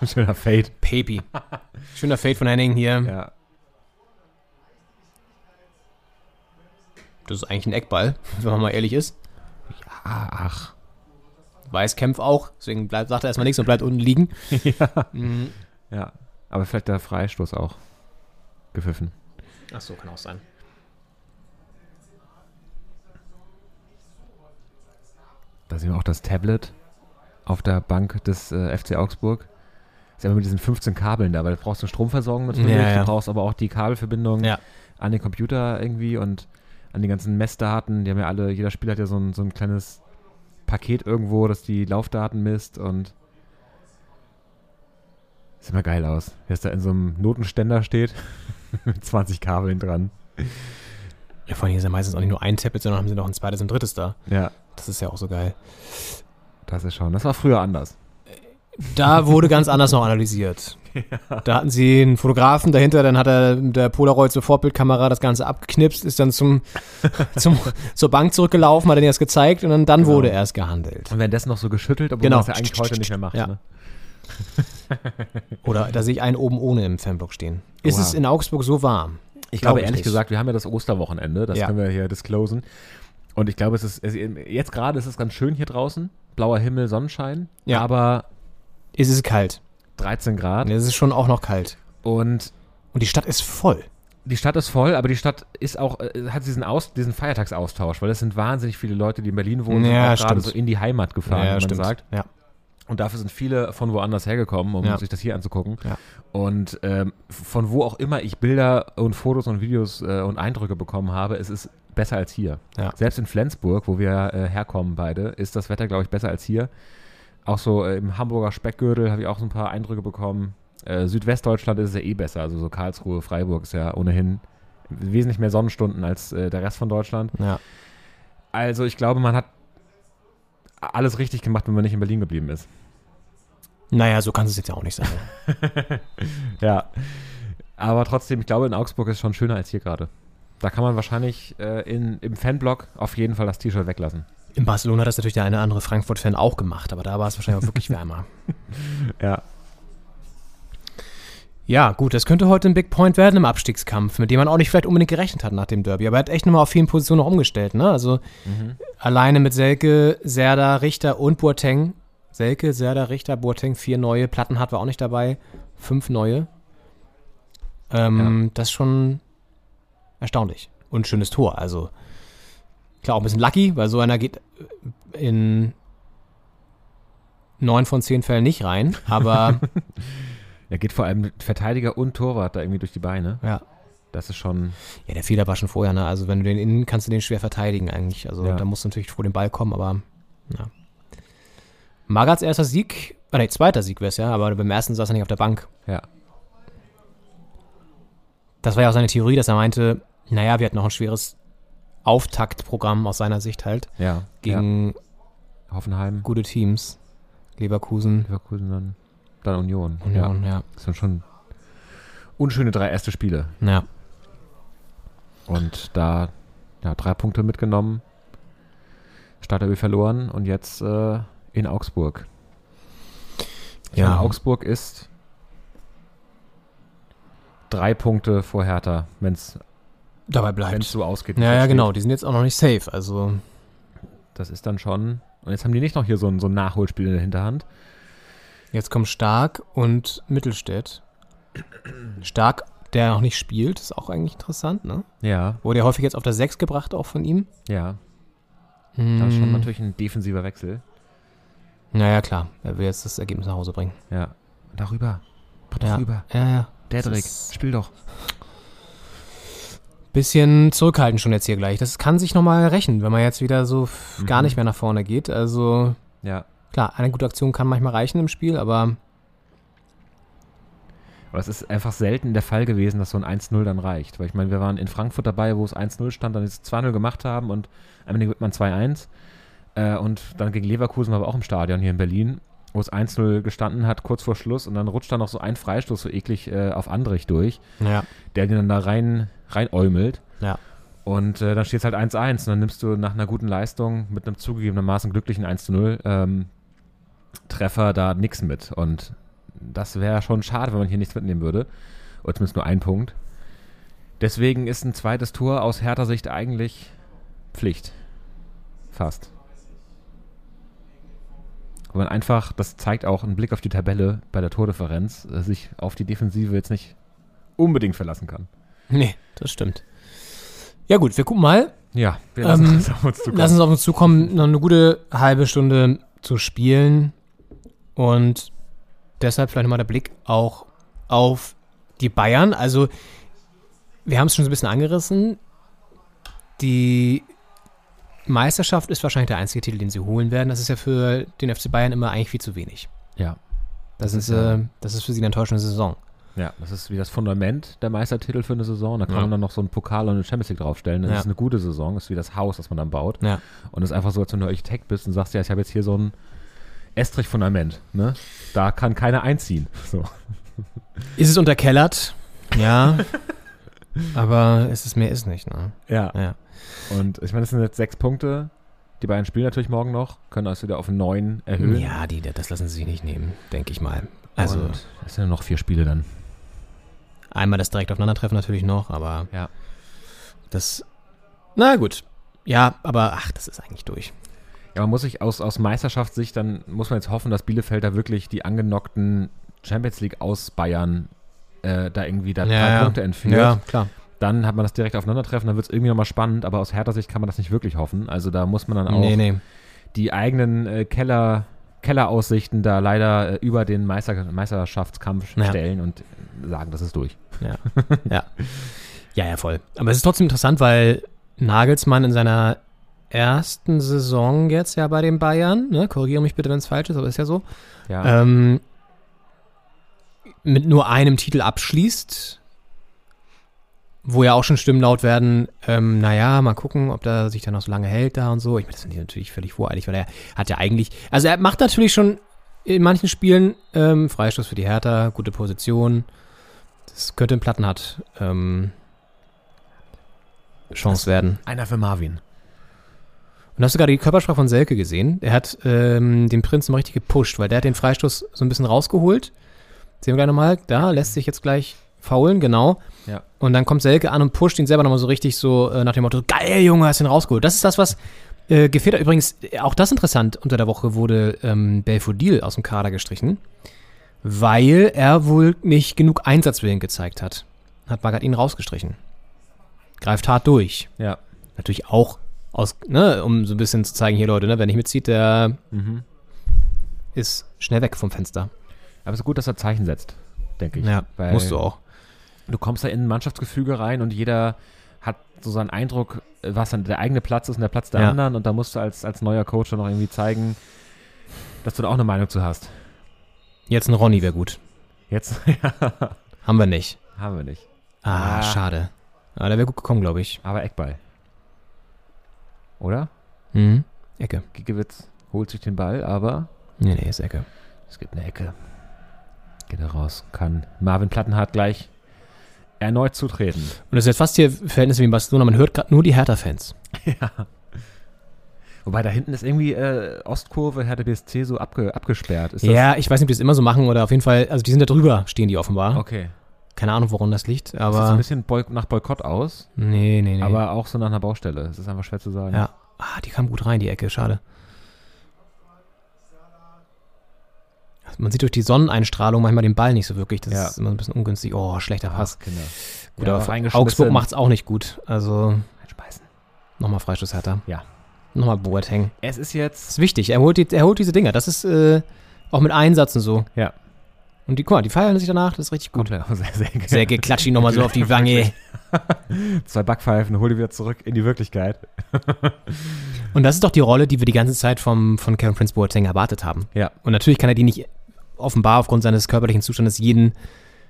G: Schöner Fade.
D: Pepi. Schöner Fade von Henning hier.
G: Ja.
D: Das ist eigentlich ein Eckball, wenn man mal ehrlich ist.
G: Ah, ach.
D: Weiß Kempf auch, deswegen bleibt, sagt er erstmal nichts und bleibt unten liegen.
G: Ja. Aber vielleicht der Freistoß auch. Gepfiffen.
D: Ach so, kann auch sein.
G: Da sehen wir auch das Tablet auf der Bank des äh, FC Augsburg. Ist ja immer mit diesen 15 Kabeln da, weil du brauchst eine Stromversorgung natürlich,
D: Ja, ja.
G: du brauchst aber auch die Kabelverbindung
D: Ja.
G: an den Computer irgendwie und an die ganzen Messdaten. Die haben ja alle, jeder Spieler hat ja so ein, so ein kleines Paket irgendwo, das die Laufdaten misst und sieht immer geil aus. Wer da in so einem Notenständer steht mit 20 Kabeln dran.
D: Ja, vor allem ist ja meistens auch nicht nur ein Tablet, sondern haben sie noch ein zweites und ein drittes da.
G: Ja,
D: Das ist ja auch so geil.
G: das ist schon. Das war früher anders.
D: Da wurde ganz anders noch analysiert. Da hatten sie einen Fotografen dahinter, dann hat er mit der Polaroid zur Vorbildkamera das Ganze abgeknipst, ist dann zum, zum, zur Bank zurückgelaufen, hat denen das gezeigt und dann, dann
G: Genau.
D: wurde erst gehandelt.
G: Und währenddessen noch so geschüttelt, obwohl
D: Genau.
G: man das ja eigentlich heute nicht mehr macht.
D: Ja.
G: Ne?
D: Oder da sehe ich einen oben ohne im Fanblock stehen. Ist
G: Oha.
D: es in Augsburg so warm?
G: Ich
D: Glaub
G: glaube,
D: ich
G: ehrlich
D: nicht.
G: gesagt, wir haben ja das Osterwochenende, das
D: Ja.
G: können wir hier disclosen. Und ich glaube, es ist, es, jetzt gerade ist es ganz schön hier draußen. Blauer Himmel, Sonnenschein,
D: Ja.
G: aber
D: Ist es kalt?
G: 13 Grad.
D: Es ist schon auch noch kalt.
G: Und
D: Und die Stadt ist voll.
G: die Stadt ist voll, aber die Stadt ist auch, äh, hat diesen, Aus, diesen Feiertagsaustausch, weil es sind wahnsinnig viele Leute, die in Berlin wohnen,
D: Ja,
G: sind auch gerade
D: stimmt.
G: so in die Heimat gefahren, wie man sagt.
D: Ja.
G: Und dafür sind viele von woanders hergekommen, um
D: Ja.
G: sich das hier anzugucken.
D: Ja.
G: Und ähm, von wo auch immer ich Bilder und Fotos und Videos äh, und Eindrücke bekommen habe, es ist besser als hier.
D: Ja.
G: Selbst in Flensburg, wo wir äh, herkommen beide, ist das Wetter, glaube ich, besser als hier. Auch so äh, im Hamburger Speckgürtel habe ich auch so ein paar Eindrücke bekommen. Äh, Südwestdeutschland ist es ja eh besser. Also so Karlsruhe, Freiburg ist ja ohnehin wesentlich mehr Sonnenstunden als äh, der Rest von Deutschland.
D: Ja.
G: Also ich glaube, man hat alles richtig gemacht, wenn man nicht in Berlin geblieben ist.
D: Naja, so kann es jetzt ja auch nicht sein.
G: Ja. Aber trotzdem, ich glaube, in Augsburg ist es schon schöner als hier gerade. Da kann man wahrscheinlich äh, in, im Fanblock auf jeden Fall das T-Shirt weglassen.
D: In Barcelona hat das natürlich der eine oder andere Frankfurt-Fan auch gemacht, aber da war es wahrscheinlich auch wirklich wärmer.
G: Ja.
D: Ja, gut, das könnte heute ein Big Point werden im Abstiegskampf, mit dem man auch nicht vielleicht unbedingt gerechnet hat nach dem Derby. Aber er hat echt nochmal auf vielen Positionen noch umgestellt, ne? Also alleine mit Selke, Serda, Richter und Boateng. Selke, Serda, Richter, Boateng, vier neue. Plattenhardt war auch nicht dabei. Fünf neue. Ähm, Das ist schon erstaunlich. Und ein schönes Tor. Also klar, auch ein bisschen lucky, weil so einer geht äh, in neun von zehn Fällen nicht rein. Aber
G: Ja, geht vor allem Verteidiger und Torwart da irgendwie durch die Beine.
D: ja.
G: Das ist schon.
D: Ja, der Fehler war schon vorher, ne? Also wenn du den innen, kannst du den schwer verteidigen eigentlich. Also
G: Ja.
D: da musst du natürlich vor den Ball kommen, aber ja. Magats erster Sieg, ah nee, zweiter Sieg wär's ja, aber beim ersten saß er nicht auf der Bank.
G: Ja.
D: Das war ja auch seine Theorie, dass er meinte, naja, wir hatten noch ein schweres Auftaktprogramm aus seiner Sicht halt
G: Ja. ja.
D: gegen
G: Hoffenheim,
D: gute Teams. Leverkusen,
G: Leverkusen, dann, dann Union.
D: Union,
G: Ja.
D: ja.
G: Das sind schon unschöne drei erste Spiele.
D: ja.
G: Und da ja, drei Punkte mitgenommen. Starterby verloren und jetzt äh, in Augsburg. Ja,
D: Ja.
G: Augsburg ist drei Punkte vor Hertha, wenn es
D: Dabei bleibt.
G: so ausgeht. wie
D: Ja,
G: es
D: ja,
G: steht.
D: genau. Die sind jetzt auch noch nicht safe. Also,
G: Das ist dann schon. Und jetzt haben die nicht noch hier so ein, so ein Nachholspiel in der Hinterhand.
D: Jetzt kommen Stark und Mittelstädt. Stark, der noch nicht spielt, ist auch eigentlich interessant, ne?
G: Ja,
D: Wurde ja häufig jetzt auf der 6 gebracht, auch von ihm.
G: ja. Das
D: Hm.
G: ist schon natürlich ein defensiver Wechsel.
D: Naja, klar, er will jetzt das Ergebnis nach Hause bringen.
G: Ja. Darüber.
D: Ja,
G: Darüber.
D: ja, ja.
G: Dedrick,
D: Das ist-
G: spiel doch.
D: Bisschen zurückhaltend schon jetzt hier gleich. Das kann sich nochmal rächen, wenn man jetzt wieder so f- gar nicht mehr nach vorne geht. Also,
G: Ja.
D: klar, eine gute Aktion kann manchmal reichen im Spiel, aber
G: Aber es ist einfach selten der Fall gewesen, dass so ein 1-0 dann reicht. Weil ich meine, wir waren in Frankfurt dabei, wo es 1-0 stand, dann ist es 2-0 gemacht haben und am Ende wird man 2-1. Äh, und dann gegen Leverkusen war wir auch im Stadion hier in Berlin, wo es 1-0 gestanden hat, kurz vor Schluss. Und dann rutscht da noch so ein Freistoß so eklig äh, auf Andrich durch,
D: Ja,
G: der den dann da rein, reinäumelt.
D: ja.
G: Und äh, dann steht es halt 1-1. Und dann nimmst du nach einer guten Leistung mit einem zugegebenermaßen glücklichen 1-0 ähm, Treffer da nichts mit. Und das wäre schon schade, wenn man hier nichts mitnehmen würde. Oder zumindest nur ein Punkt. Deswegen ist ein zweites Tor aus härter Sicht eigentlich Pflicht. Fast. Wenn man einfach, das zeigt auch ein Blick auf die Tabelle bei der Tordifferenz, äh, sich auf die Defensive jetzt nicht unbedingt verlassen kann.
D: Nee, das stimmt. Ja gut, wir gucken mal.
G: Ja, wir lassen
D: Ähm,
G: es auf uns zukommen.
D: Lass uns auf uns zukommen, noch eine gute halbe Stunde zu spielen. Und deshalb vielleicht mal der Blick auch auf die Bayern. Also, wir haben es schon so ein bisschen angerissen. Die Meisterschaft ist wahrscheinlich der einzige Titel, den sie holen werden. Das ist ja für den FC Bayern immer eigentlich viel zu wenig.
G: ja.
D: Das,
G: Das
D: ist,
G: ist ja-
D: äh, das ist für sie eine enttäuschende Saison.
G: Ja, das ist wie das Fundament der Meistertitel für eine Saison. Da kann
D: Ja.
G: man dann noch so einen Pokal und eine Champions League draufstellen. Das
D: Ja.
G: ist eine gute Saison, ist wie das Haus, das man dann baut.
D: Ja.
G: Und es ist einfach so, als wenn du Architekt bist und sagst, ja, ich habe jetzt hier so ein Estrich-Fundament. Ne? Da kann keiner einziehen. So.
D: Ist es unterkellert? Ja. Aber ist es mehr ist nicht, ne?
G: Ja.
D: Ja.
G: Und ich meine, das sind jetzt sechs Punkte. Die beiden spielen natürlich morgen noch, können das wieder auf neun erhöhen.
D: Ja, die, das lassen sie sich nicht nehmen, denke ich mal.
G: Also,
D: Also
G: und es sind ja noch vier Spiele dann.
D: einmal das direkt aufeinandertreffen natürlich noch, aber
G: Ja.
D: das. Na gut. Ja, aber ach, das ist eigentlich durch.
G: Ja, man muss sich aus, aus Meisterschaftssicht, dann muss man jetzt hoffen, dass Bielefeld da wirklich die angenockten Champions League aus Bayern äh, da irgendwie da drei Punkte entführt.
D: Ja, klar.
G: Dann hat man das direkt aufeinandertreffen, dann wird es irgendwie nochmal spannend, aber aus härter Sicht kann man das nicht wirklich hoffen. Also da muss man dann auch
D: Nee, nee.
G: die eigenen äh, Keller, Kelleraussichten da leider äh, über den Meister, Meisterschaftskampf
D: Ja.
G: stellen und sagen, das ist durch.
D: Ja. ja. Ja, ja, voll. Aber es ist trotzdem interessant, weil Nagelsmann in seiner ersten Saison jetzt ja bei den Bayern, ne, korrigiere mich bitte, wenn es falsch ist, aber ist ja so,
G: Ja.
D: ähm, mit nur einem Titel abschließt, wo ja auch schon Stimmen laut werden, ähm, naja, mal gucken, ob der sich dann noch so lange hält da und so. Ich meine, das sind die natürlich völlig voreilig, weil er hat ja eigentlich, also er macht natürlich schon in manchen Spielen ähm, Freistoß für die Hertha, gute Position. Das könnte ein Plattenhardt ähm, Chance werden.
G: Einer für Marvin.
D: Und hast du gerade die Körpersprache von Selke gesehen? Er hat ähm, den Prinzen mal richtig gepusht, weil der hat den Freistoß so ein bisschen rausgeholt. Sehen wir gleich nochmal. Da lässt sich jetzt gleich faulen, genau.
G: Ja.
D: Und dann kommt Selke an und pusht ihn selber nochmal so richtig so äh, nach dem Motto, geil, Junge, hast ihn rausgeholt. Das ist das, was äh, gefehlt hat. Übrigens, äh, auch das interessant, unter der Woche wurde ähm, Belfodil aus dem Kader gestrichen, weil er wohl nicht genug Einsatzwillen gezeigt hat. Hat Magath ihn rausgestrichen. Greift hart durch
G: Ja.
D: natürlich auch aus, ne, um so ein bisschen zu zeigen, hier Leute, ne, wer nicht mitzieht, der
G: Mhm.
D: ist schnell weg vom Fenster.
G: Aber es ist gut, dass er Zeichen setzt, denke ich. Weil-
D: musst du auch.
G: du kommst da in ein Mannschaftsgefüge rein und jeder hat so seinen Eindruck, äh, was dann der eigene Platz ist und der Platz der
D: Ja.
G: anderen und da musst du als, als neuer Coach dann noch irgendwie zeigen, dass du da auch eine Meinung zu hast.
D: Jetzt ein Ronny wäre gut.
G: Jetzt ja,
D: Haben wir nicht.
G: haben wir nicht.
D: Ah,
G: Ah.
D: schade. Aber der wäre gut gekommen, glaube ich.
G: Aber Eckball. Oder?
D: Mhm. Ecke.
G: Giekewitz holt sich den Ball, aber
D: Nee, nee, ist Ecke.
G: es gibt eine Ecke. Geht er raus, kann Marvin Plattenhardt gleich erneut zutreten.
D: Und das ist jetzt fast hier Verhältnisse wie in Barcelona. Man hört gerade nur die Hertha-Fans.
G: Wobei da hinten ist irgendwie äh, Ostkurve, Hertha BSC so abge abgesperrt. Ist das,
D: Ja, ich weiß nicht, ob die das immer so machen oder auf jeden Fall, also die sind da drüber, stehen die offenbar.
G: Okay.
D: Keine Ahnung, woran das liegt,
G: Das sieht so ein
D: aber.
G: bisschen Boy nach Boykott aus.
D: nee, nee, nee.
G: Aber auch so nach einer Baustelle. Es ist einfach schwer zu sagen.
D: ja. Ah, die kam gut rein, die Ecke, schade. Also Man sieht durch die Sonneneinstrahlung manchmal den Ball nicht so wirklich. Das
G: Ja.
D: ist immer ein bisschen ungünstig. Oh, schlechter Pass.
G: Kinder.
D: Gut,
G: Ja,
D: aber
G: reingeschmissen.
D: Augsburg macht es auch nicht gut. Also
G: Einschmeißen.
D: nochmal Freischuss härter.
G: Ja.
D: Nochmal Boateng.
G: Es ist
D: Das
G: jetzt.
D: ist wichtig. Er holt, die, er holt diese Dinger. Das ist äh, auch mit Einsätzen so.
G: Ja.
D: Und die, guck mal, die feiern sich danach. Das ist richtig gut.
G: Komplett. Sehr, sehr, gerne.
D: Säge klatscht ihn nochmal so auf die Wange.
G: Zwei Backpfeifen, hol die wieder zurück in die Wirklichkeit.
D: Und das ist doch die Rolle, die wir die ganze Zeit vom, von Kevin Prince Boateng erwartet haben.
G: Ja.
D: Und natürlich kann er die nicht offenbar aufgrund seines körperlichen Zustandes jeden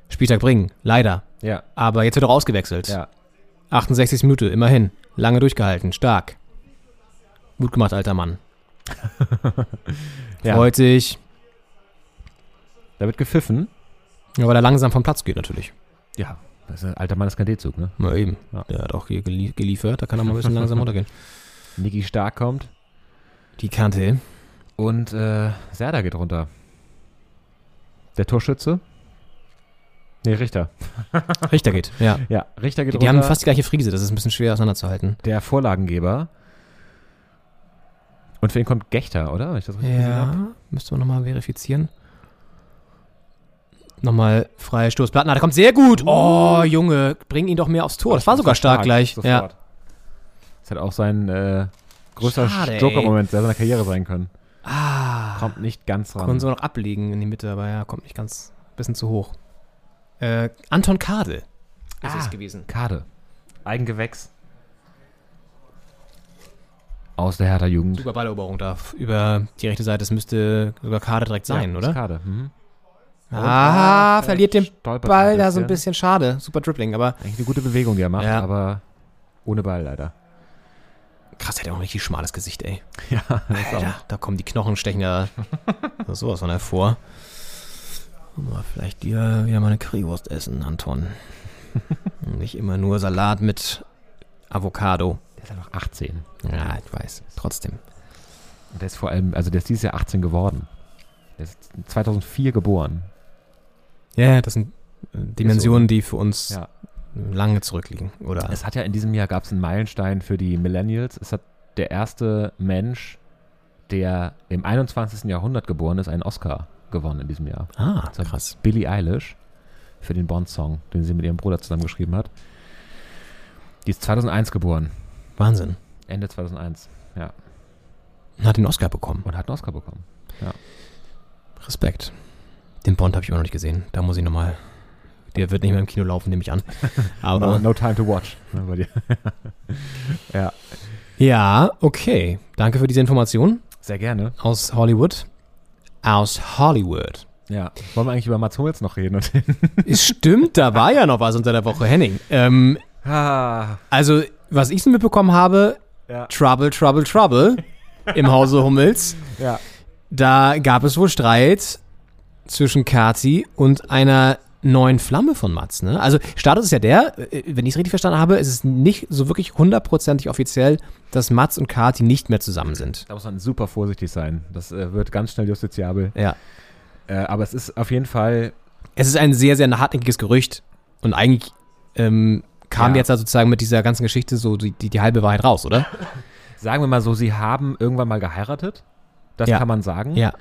D: Spieltag bringen. Leider.
G: Ja.
D: Aber jetzt wird er auch ausgewechselt.
G: Ja.
D: 68 Minute, immerhin. Lange durchgehalten, stark. Gut gemacht, alter Mann.
G: Ja.
D: Freut sich.
G: Da wird gepfiffen.
D: Ja, weil er langsam vom Platz geht natürlich.
G: Ja. Das ist ein alter Mann ist kein D-Zug, ne?
D: Na eben.
G: Ja.
D: Der hat auch hier gelie- geliefert, da kann er mal ein bisschen langsam runtergehen.
G: Niki Stark kommt.
D: Die Kante.
G: Und äh, Serda geht runter. Der Torschütze? Nee, Richter.
D: Richter geht, ja.
G: Ja, Richter geht
D: Die, die
G: runter.
D: haben fast die gleiche Frise, das ist ein bisschen schwer auseinanderzuhalten.
G: der Vorlagengeber. Und für ihn kommt Gechter, oder? Wenn ich das richtig gesehen hab.
D: Ja, müsste man nochmal verifizieren. Nochmal freie Stoßplatten. Ah, da kommt sehr gut. Oh, Junge, bring ihn doch mehr aufs Tor. Das war sogar stark gleich. Ja.
G: Sofort. Das hat auch sein äh, größter
D: Schade, ey.
G: Joker-Moment seiner Karriere sein können.
D: Ah,
G: Kommt nicht ganz ran.
D: konnten sie noch ablegen in die Mitte, aber ja, kommt nicht ganz, bisschen zu hoch. Äh, Anton Kade ist es
G: Ah.
D: gewesen.
G: Kade. Eigengewächs. Aus der Hertha Jugend.
D: Super Balleroberung da f- über die rechte Seite. Das müsste sogar Kade direkt sein,
G: ja, ist
D: oder?
G: Kade. Mhm.
D: Ah, verliert den
G: Stolpert
D: Ball da so ein bisschen. Schade. Super Dribbling, aber
G: Eigentlich eine gute Bewegung, die er macht,
D: Ja.
G: aber ohne Ball leider.
D: krass, der hat auch ein richtig schmales Gesicht, ey.
G: Ja, das
D: Alter, da kommen die Knochen stechen ja sowas von hervor. Mal vielleicht dir wieder mal eine Currywurst essen, Anton. Nicht immer nur Salat mit Avocado.
G: Der ist ja noch 18.
D: Ja, ich weiß. Trotzdem.
G: Und der ist vor allem, also der ist dieses Jahr 18 geworden. Der ist 2004 geboren.
D: Ja, das sind äh, Dimensionen, die für uns
G: Ja.
D: lange zurückliegen. Oder
G: Es hat ja in diesem Jahr gab es einen Meilenstein für die Millennials. Es hat der erste Mensch, der im 21. Jahrhundert geboren ist, einen Oscar gewonnen in diesem Jahr.
D: ah,
G: Das hat
D: krass.
G: Billie Eilish für den Bond-Song, den sie mit ihrem Bruder zusammen geschrieben hat. Die ist 2001 geboren.
D: Wahnsinn.
G: Ende 2001.
D: Hat den Oscar bekommen.
G: Und hat einen Oscar bekommen.
D: Respekt. Den Bond habe ich immer noch nicht gesehen. Da muss ich nochmal. Der wird nicht mehr im Kino laufen, nehme ich an. Aber
G: time to watch. ne, bei dir.
D: ja, okay. Danke für diese Information.
G: Sehr gerne.
D: Aus Hollywood. Aus Hollywood.
G: Ja. Wollen wir eigentlich über Mats Hummels noch reden? Und
D: Es Stimmt, da war ja noch was unter der Woche, Henning. Ähm,
G: ah,
D: also, was ich so mitbekommen habe,
G: Ja.
D: Trouble, Trouble, Trouble im Hause Hummels.
G: Ja.
D: Da gab es wohl Streit zwischen Kati und einer neuen Flamme von Mats. Ne? Also Status ist ja der, äh, wenn ich es richtig verstanden habe, es ist nicht so wirklich hundertprozentig offiziell, dass Mats und Kati nicht mehr zusammen sind.
G: da muss man super vorsichtig sein. Das äh, wird ganz schnell justiziabel.
D: Ja.
G: Äh, aber es ist auf jeden Fall
D: Es ist ein sehr, sehr hartnäckiges Gerücht. Und eigentlich ähm, kam
G: Ja.
D: jetzt da sozusagen mit dieser ganzen Geschichte so die, die, die halbe Wahrheit raus, oder?
G: sagen wir mal so, sie haben irgendwann mal geheiratet. Das
D: Ja.
G: kann man sagen.
D: Ja.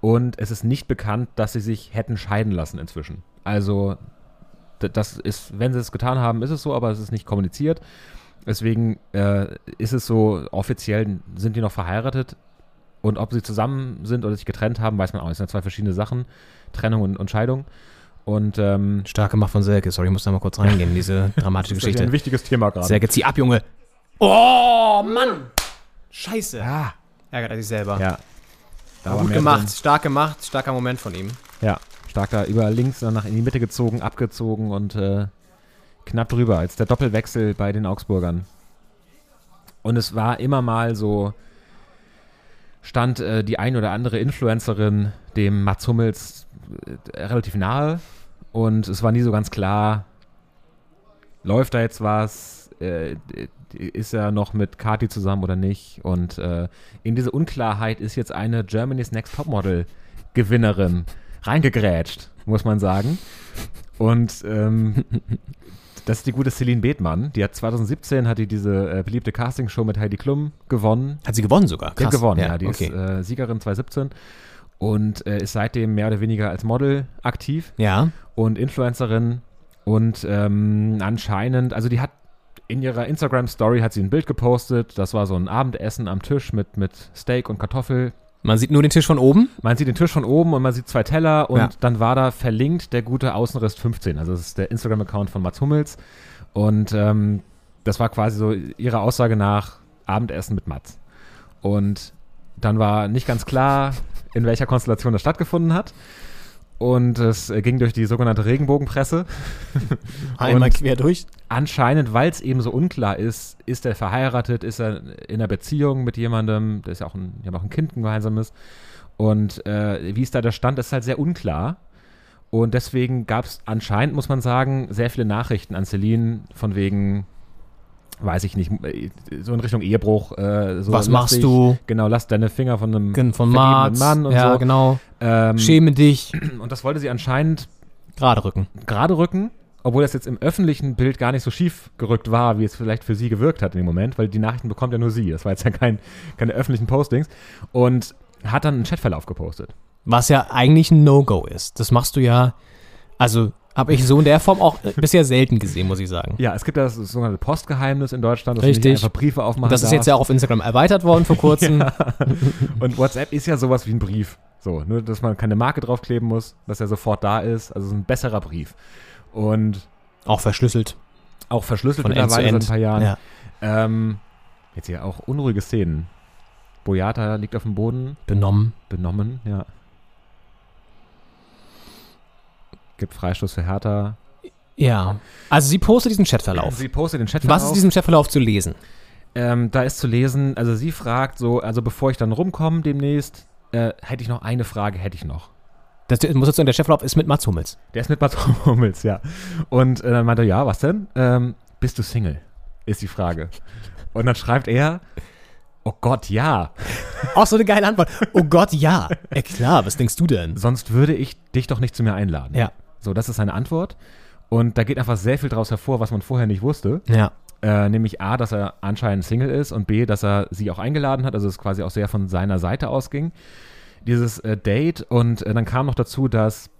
G: Und es ist nicht bekannt, dass sie sich hätten scheiden lassen inzwischen. Also, d- das ist, wenn sie es getan haben, ist es so, aber es ist nicht kommuniziert. Deswegen äh, ist es so, offiziell sind die noch verheiratet. Und ob sie zusammen sind oder sich getrennt haben, weiß man auch nicht. Das sind ja zwei verschiedene Sachen: Trennung und, und Scheidung. Und ähm,
D: Stark gemacht von Selke. Sorry, ich muss da mal kurz reingehen, in diese dramatische
G: Das ist
D: Geschichte.
G: ein wichtiges Thema gerade.
D: Selke, zieh ab, Junge. Oh, Mann. Scheiße.
G: Ja.
D: Ärgert er sich selber.
G: Ja. Da war
D: Gut
G: mehr
D: gemacht, stark gemacht, starker Moment von ihm.
G: Drin. Ja. Stark da über links dann nach in die Mitte gezogen, abgezogen und äh, knapp drüber. Jetzt der Doppelwechsel bei den Augsburgern. Und es war immer mal so, stand äh, die ein oder andere Influencerin dem Mats Hummels äh, relativ nahe. Und es war nie so ganz klar, läuft da jetzt was? Äh, ist er noch mit Kati zusammen oder nicht? Und äh, in diese Unklarheit ist jetzt eine Germany's Next Topmodel-Gewinnerin reingegrätscht, muss man sagen. Und ähm, das ist die gute Celine Bethmann. Die hat 2017 hat die diese äh, beliebte Castingshow mit Heidi Klum gewonnen.
D: Hat sie gewonnen sogar.
G: Die hat gewonnen, ja.
D: ja
G: Die
D: okay.
G: ist äh, Siegerin 2017 und äh, ist seitdem mehr oder weniger als Model aktiv
D: ja.
G: und Influencerin und ähm, anscheinend, also die hat in ihrer Instagram-Story hat sie ein Bild gepostet, das war so ein Abendessen am Tisch mit, mit Steak und Kartoffel.
D: Man sieht nur den Tisch von oben.
G: Man sieht den Tisch von oben und man sieht zwei Teller und
D: Ja.
G: dann war da verlinkt der gute Außenrist 15, also das ist der Instagram-Account von Mats Hummels und ähm, das war quasi so ihrer Aussage nach Abendessen mit Mats. Und dann war nicht ganz klar, in welcher Konstellation das stattgefunden hat. Und es äh, ging durch die sogenannte Regenbogenpresse.
D: Einmal quer durch.
G: Anscheinend, weil es eben so unklar ist, ist er verheiratet, ist er in einer Beziehung mit jemandem, da ist ja auch ein, die haben auch ein Kind ein gemeinsames. Und äh, wie ist da der Stand, ist halt sehr unklar. Und deswegen gab es anscheinend, muss man sagen, sehr viele Nachrichten an Celine von wegen, weiß ich nicht, äh, so in Richtung Ehebruch. Äh, so
D: Was
G: lass
D: machst
G: dich-
D: du?
G: Genau, lass deine Finger von einem
D: Von
G: verliebten
D: Marz.
G: Mann und
D: ja,
G: so.
D: genau.
G: Ähm,
D: Schäme dich.
G: und das wollte sie anscheinend
D: Gerade rücken.
G: gerade rücken, obwohl das jetzt im öffentlichen Bild gar nicht so schief gerückt war, wie es vielleicht für sie gewirkt hat in dem Moment, weil die Nachrichten bekommt ja nur sie. Das war jetzt ja kein, keine öffentlichen Postings. Und hat dann einen Chatverlauf gepostet.
D: Was ja eigentlich ein No-Go ist. Das machst du ja. Also habe ich so in der Form auch äh, bisher selten gesehen, muss ich sagen.
G: Ja, es gibt ja das sogenannte Postgeheimnis in Deutschland, dass du
D: Richtig.
G: nicht einfach Briefe aufmachen
D: Das ist jetzt
G: darfst.
D: ja auch auf Instagram erweitert worden vor kurzem.
G: Und WhatsApp ist ja sowas wie ein Brief. So, nur dass man keine Marke draufkleben muss, dass er sofort da ist. Also es ist ein besserer Brief. Und
D: Auch verschlüsselt.
G: auch verschlüsselt
D: Von End zu
G: mittlerweile seit
D: End.
G: ein paar Jahren.
D: Ja.
G: Ähm, jetzt hier auch unruhige Szenen. Boyata liegt auf dem Boden,
D: Benommen.
G: benommen, ja. Gibt Freistoß für Hertha.
D: Ja. Also sie postet diesen Chatverlauf.
G: Sie postet den Chat
D: Was ist in diesem Chatverlauf zu lesen?
G: ähm, Da ist zu lesen, also sie fragt so, also bevor ich dann rumkomme demnächst, äh, hätte ich noch eine Frage, hätte ich noch.
D: Das das muss jetzt sagen, der Cheflauf ist mit Mats Hummels.
G: Der ist mit Bad Hummels, ja. Und äh, dann meinte er, ja, was denn? Ähm, bist du Single? Ist die Frage. Und dann schreibt er, oh Gott, ja.
D: Auch so eine geile Antwort. Oh Gott, ja. Ja klar, was denkst du denn?
G: Sonst würde ich dich doch nicht zu mir einladen.
D: Ja.
G: So, das ist seine Antwort. Und da geht einfach sehr viel draus hervor, was man vorher nicht wusste.
D: Ja.
G: Äh, nämlich A, dass er anscheinend Single ist und B, dass er sie auch eingeladen hat, also es quasi auch sehr von seiner Seite ausging, dieses äh, Date. Und äh, dann kam noch dazu, dass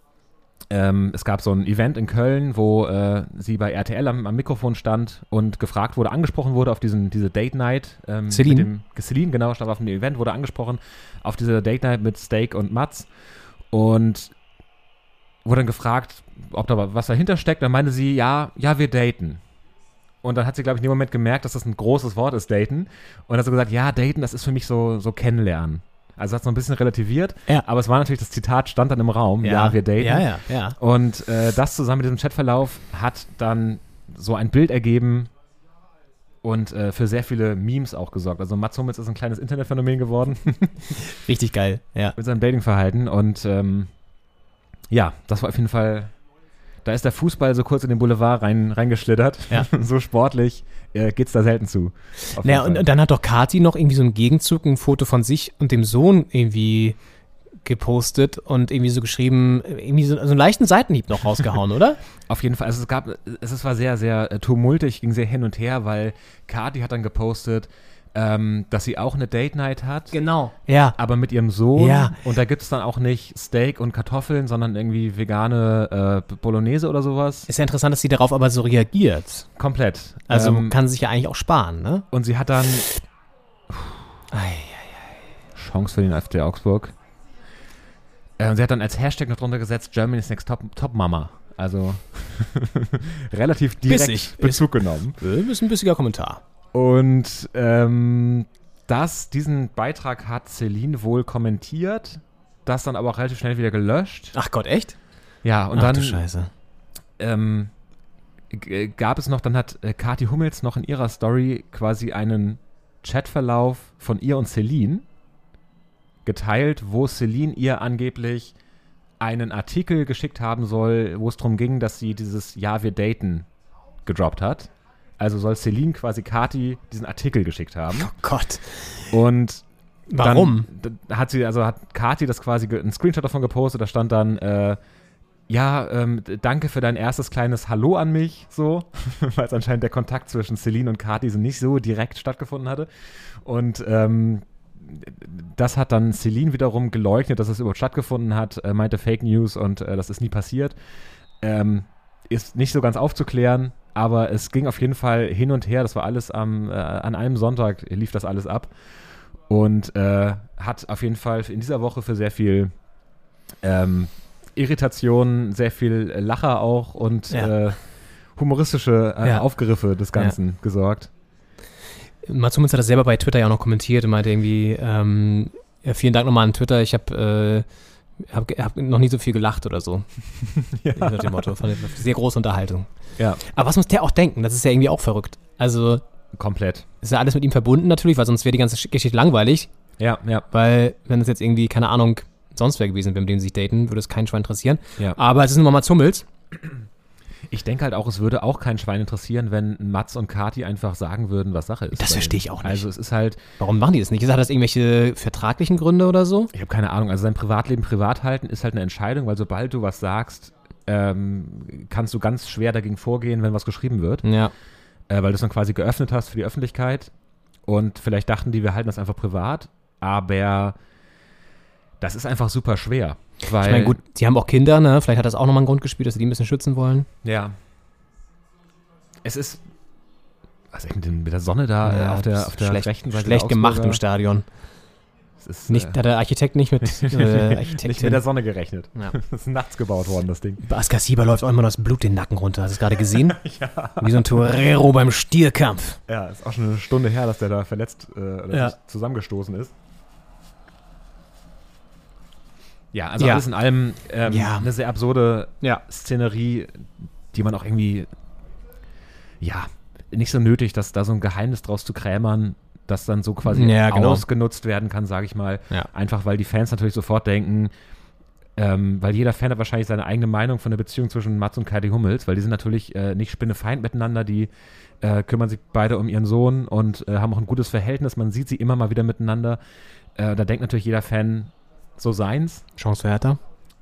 G: ähm, es gab so ein Event in Köln, wo äh, sie bei RTL am, am Mikrofon stand und gefragt wurde, angesprochen wurde auf diesen, diese Date Night. Ähm,
D: Celine.
G: Mit dem, Celine, genau, stand auf dem Event, wurde angesprochen auf diese Date Night mit Steak und Mats. Und wurde dann gefragt, ob da was dahinter steckt. Dann meinte sie, ja, ja, wir daten. Und dann hat sie, glaube ich, in dem Moment gemerkt, dass das ein großes Wort ist, daten. Und hat so gesagt, ja, daten, das ist für mich so, so kennenlernen. Also hat es noch ein bisschen relativiert.
D: Ja.
G: Aber es war natürlich, das Zitat stand dann im Raum, ja, wir daten.
D: Ja, ja, ja.
G: Und äh, das zusammen mit diesem Chatverlauf hat dann so ein Bild ergeben und äh, für sehr viele Memes auch gesorgt. Also Mats Hummels ist ein kleines Internetphänomen geworden
D: Richtig geil. Ja.
G: mit seinem Datingverhalten. Und ähm, ja, das war auf jeden Fall. Da ist der Fußball so kurz in den Boulevard rein, reingeschlittert.
D: Ja.
G: so sportlich äh, geht's da selten zu. Auf jeden
D: Naja, und,
G: Fall.
D: und dann hat doch Kati noch irgendwie so einen Gegenzug, ein Foto von sich und dem Sohn irgendwie gepostet und irgendwie so geschrieben, irgendwie so, so einen leichten Seitenhieb noch rausgehauen, oder?
G: Auf jeden Fall, also es gab, es es war sehr, sehr äh, tumultig, ging sehr hin und her, weil Kati hat dann gepostet, ähm, dass sie auch eine Date Night hat.
D: Genau. Ja.
G: aber mit ihrem Sohn.
D: Ja.
G: Und da gibt es dann auch nicht Steak und Kartoffeln, sondern irgendwie vegane äh, Bolognese oder sowas.
D: Ist ja interessant, dass sie darauf aber so reagiert.
G: Komplett.
D: Also
G: Ähm,
D: kann sich ja eigentlich auch sparen, ne?
G: und sie hat dann
D: Ei.
G: Chance für den FD Augsburg. Äh, und sie hat dann als Hashtag noch drunter gesetzt, Germany's Next Top, Top Mama. Also relativ direkt
D: Bissig.
G: Bezug genommen.
D: Das Äh, ist ein bissiger Kommentar.
G: Und ähm, das, diesen Beitrag hat Celine wohl kommentiert, das dann aber auch relativ schnell wieder gelöscht.
D: Ach Gott, echt?
G: Ja, und
D: Ah. Ach
G: dann
D: du Scheiße.
G: ähm, g- gab es noch, dann hat äh, Kathi Hummels noch in ihrer Story quasi einen Chatverlauf von ihr und Celine geteilt, wo Celine ihr angeblich einen Artikel geschickt haben soll, wo es darum ging, dass sie dieses Ja, wir daten gedroppt hat. Also soll Celine quasi Kathi diesen Artikel geschickt haben.
D: Oh Gott.
G: Und dann-
D: Warum?
G: d- hat sie, also hat Kati das quasi ge- einen Screenshot davon gepostet, da stand dann, äh, ja, ähm, d- danke für dein erstes kleines Hallo an mich, so, weil es anscheinend der Kontakt zwischen Celine und Kati so nicht so direkt stattgefunden hatte. Und ähm, das hat dann Celine wiederum geleugnet, dass es überhaupt stattgefunden hat, äh, meinte Fake News und äh, das ist nie passiert. Ähm, ist nicht so ganz aufzuklären, aber es ging auf jeden Fall hin und her. Das war alles am, äh, an einem Sonntag lief das alles ab und äh, hat auf jeden Fall in dieser Woche für sehr viel ähm, Irritation, sehr viel Lacher auch und
D: Ja.
G: äh, humoristische äh,
D: Ja.
G: Aufgriffe des Ganzen gesorgt.
D: Mats Hummels hat das selber bei Twitter ja auch noch kommentiert und meinte irgendwie, ähm, ja, vielen Dank nochmal an Twitter. Ich habe äh, Hab, ge- hab noch nie so viel gelacht oder so. ja. Nach dem Motto. Fand ich sehr große Unterhaltung.
G: Ja,
D: Aber was muss der auch denken? Das ist ja irgendwie auch verrückt. Also
G: komplett.
D: ist ja alles mit ihm verbunden natürlich, weil sonst wäre die ganze Sch- Geschichte langweilig.
G: Ja, ja.
D: Weil, wenn das jetzt irgendwie, keine Ahnung, sonst wer gewesen wäre, mit dem sie sich daten, würde es keinen Schwein interessieren.
G: Ja.
D: Aber es ist nun mal Mats Hummels.
G: Ich denke halt auch, es würde auch kein Schwein interessieren, wenn Mats und Kati einfach sagen würden, was Sache ist.
D: Das
G: bei
D: verstehe
G: denen.
D: ich auch nicht.
G: Also es ist halt,
D: Warum machen die das nicht? Hat das irgendwelche vertraglichen Gründe oder so?
G: ich habe keine Ahnung, also sein Privatleben privat halten ist halt eine Entscheidung, weil sobald du was sagst, ähm, kannst du ganz schwer dagegen vorgehen, wenn was geschrieben wird,
D: Ja.
G: äh, weil du es dann quasi geöffnet hast für die Öffentlichkeit und vielleicht dachten die, wir halten das einfach privat, aber das ist einfach super schwer. Weil,
D: Ich meine, gut, die haben auch Kinder, ne? Vielleicht hat das auch nochmal einen Grund gespielt, dass sie die ein bisschen schützen wollen.
G: Ja. Es ist. Was ist echt mit, den, mit der Sonne da äh,
D: Ja,
G: auf der,
D: das
G: auf der
D: schlecht,
G: rechten Seite?
D: Schlecht
G: der
D: gemacht im
G: Augsburger?
D: Stadion.
G: Es ist,
D: Nicht,
G: äh,
D: hat der Architekt nicht mit äh, Architektin.
G: nicht mit der Sonne gerechnet.
D: Ja.
G: Das ist nachts gebaut worden, das Ding.
D: Bei Askar Sieber läuft auch immer noch das Blut den Nacken runter. Hast du es gerade gesehen? ja. Wie so ein Torero beim Stierkampf.
G: Ja, ist auch schon eine Stunde her, dass der da verletzt äh, oder
D: Ja.
G: sich zusammengestoßen ist. Ja, also
D: Ja.
G: alles in allem ähm,
D: Ja.
G: eine sehr absurde
D: Ja.
G: Szenerie, die man auch irgendwie, ja, nicht so nötig, dass da so ein Geheimnis draus zu krämern, das dann so quasi
D: Ja, genau.
G: ausgenutzt werden kann, sage ich mal.
D: Ja.
G: Einfach weil die Fans natürlich sofort denken, ähm, weil jeder Fan hat wahrscheinlich seine eigene Meinung von der Beziehung zwischen Mats und Kaidi Hummels, weil die sind natürlich äh, nicht spinnefeind miteinander, die äh, kümmern sich beide um ihren Sohn und äh, haben auch ein gutes Verhältnis, man sieht sie immer mal wieder miteinander. Äh, da denkt natürlich jeder Fan so seins,
D: Chance für Hertha.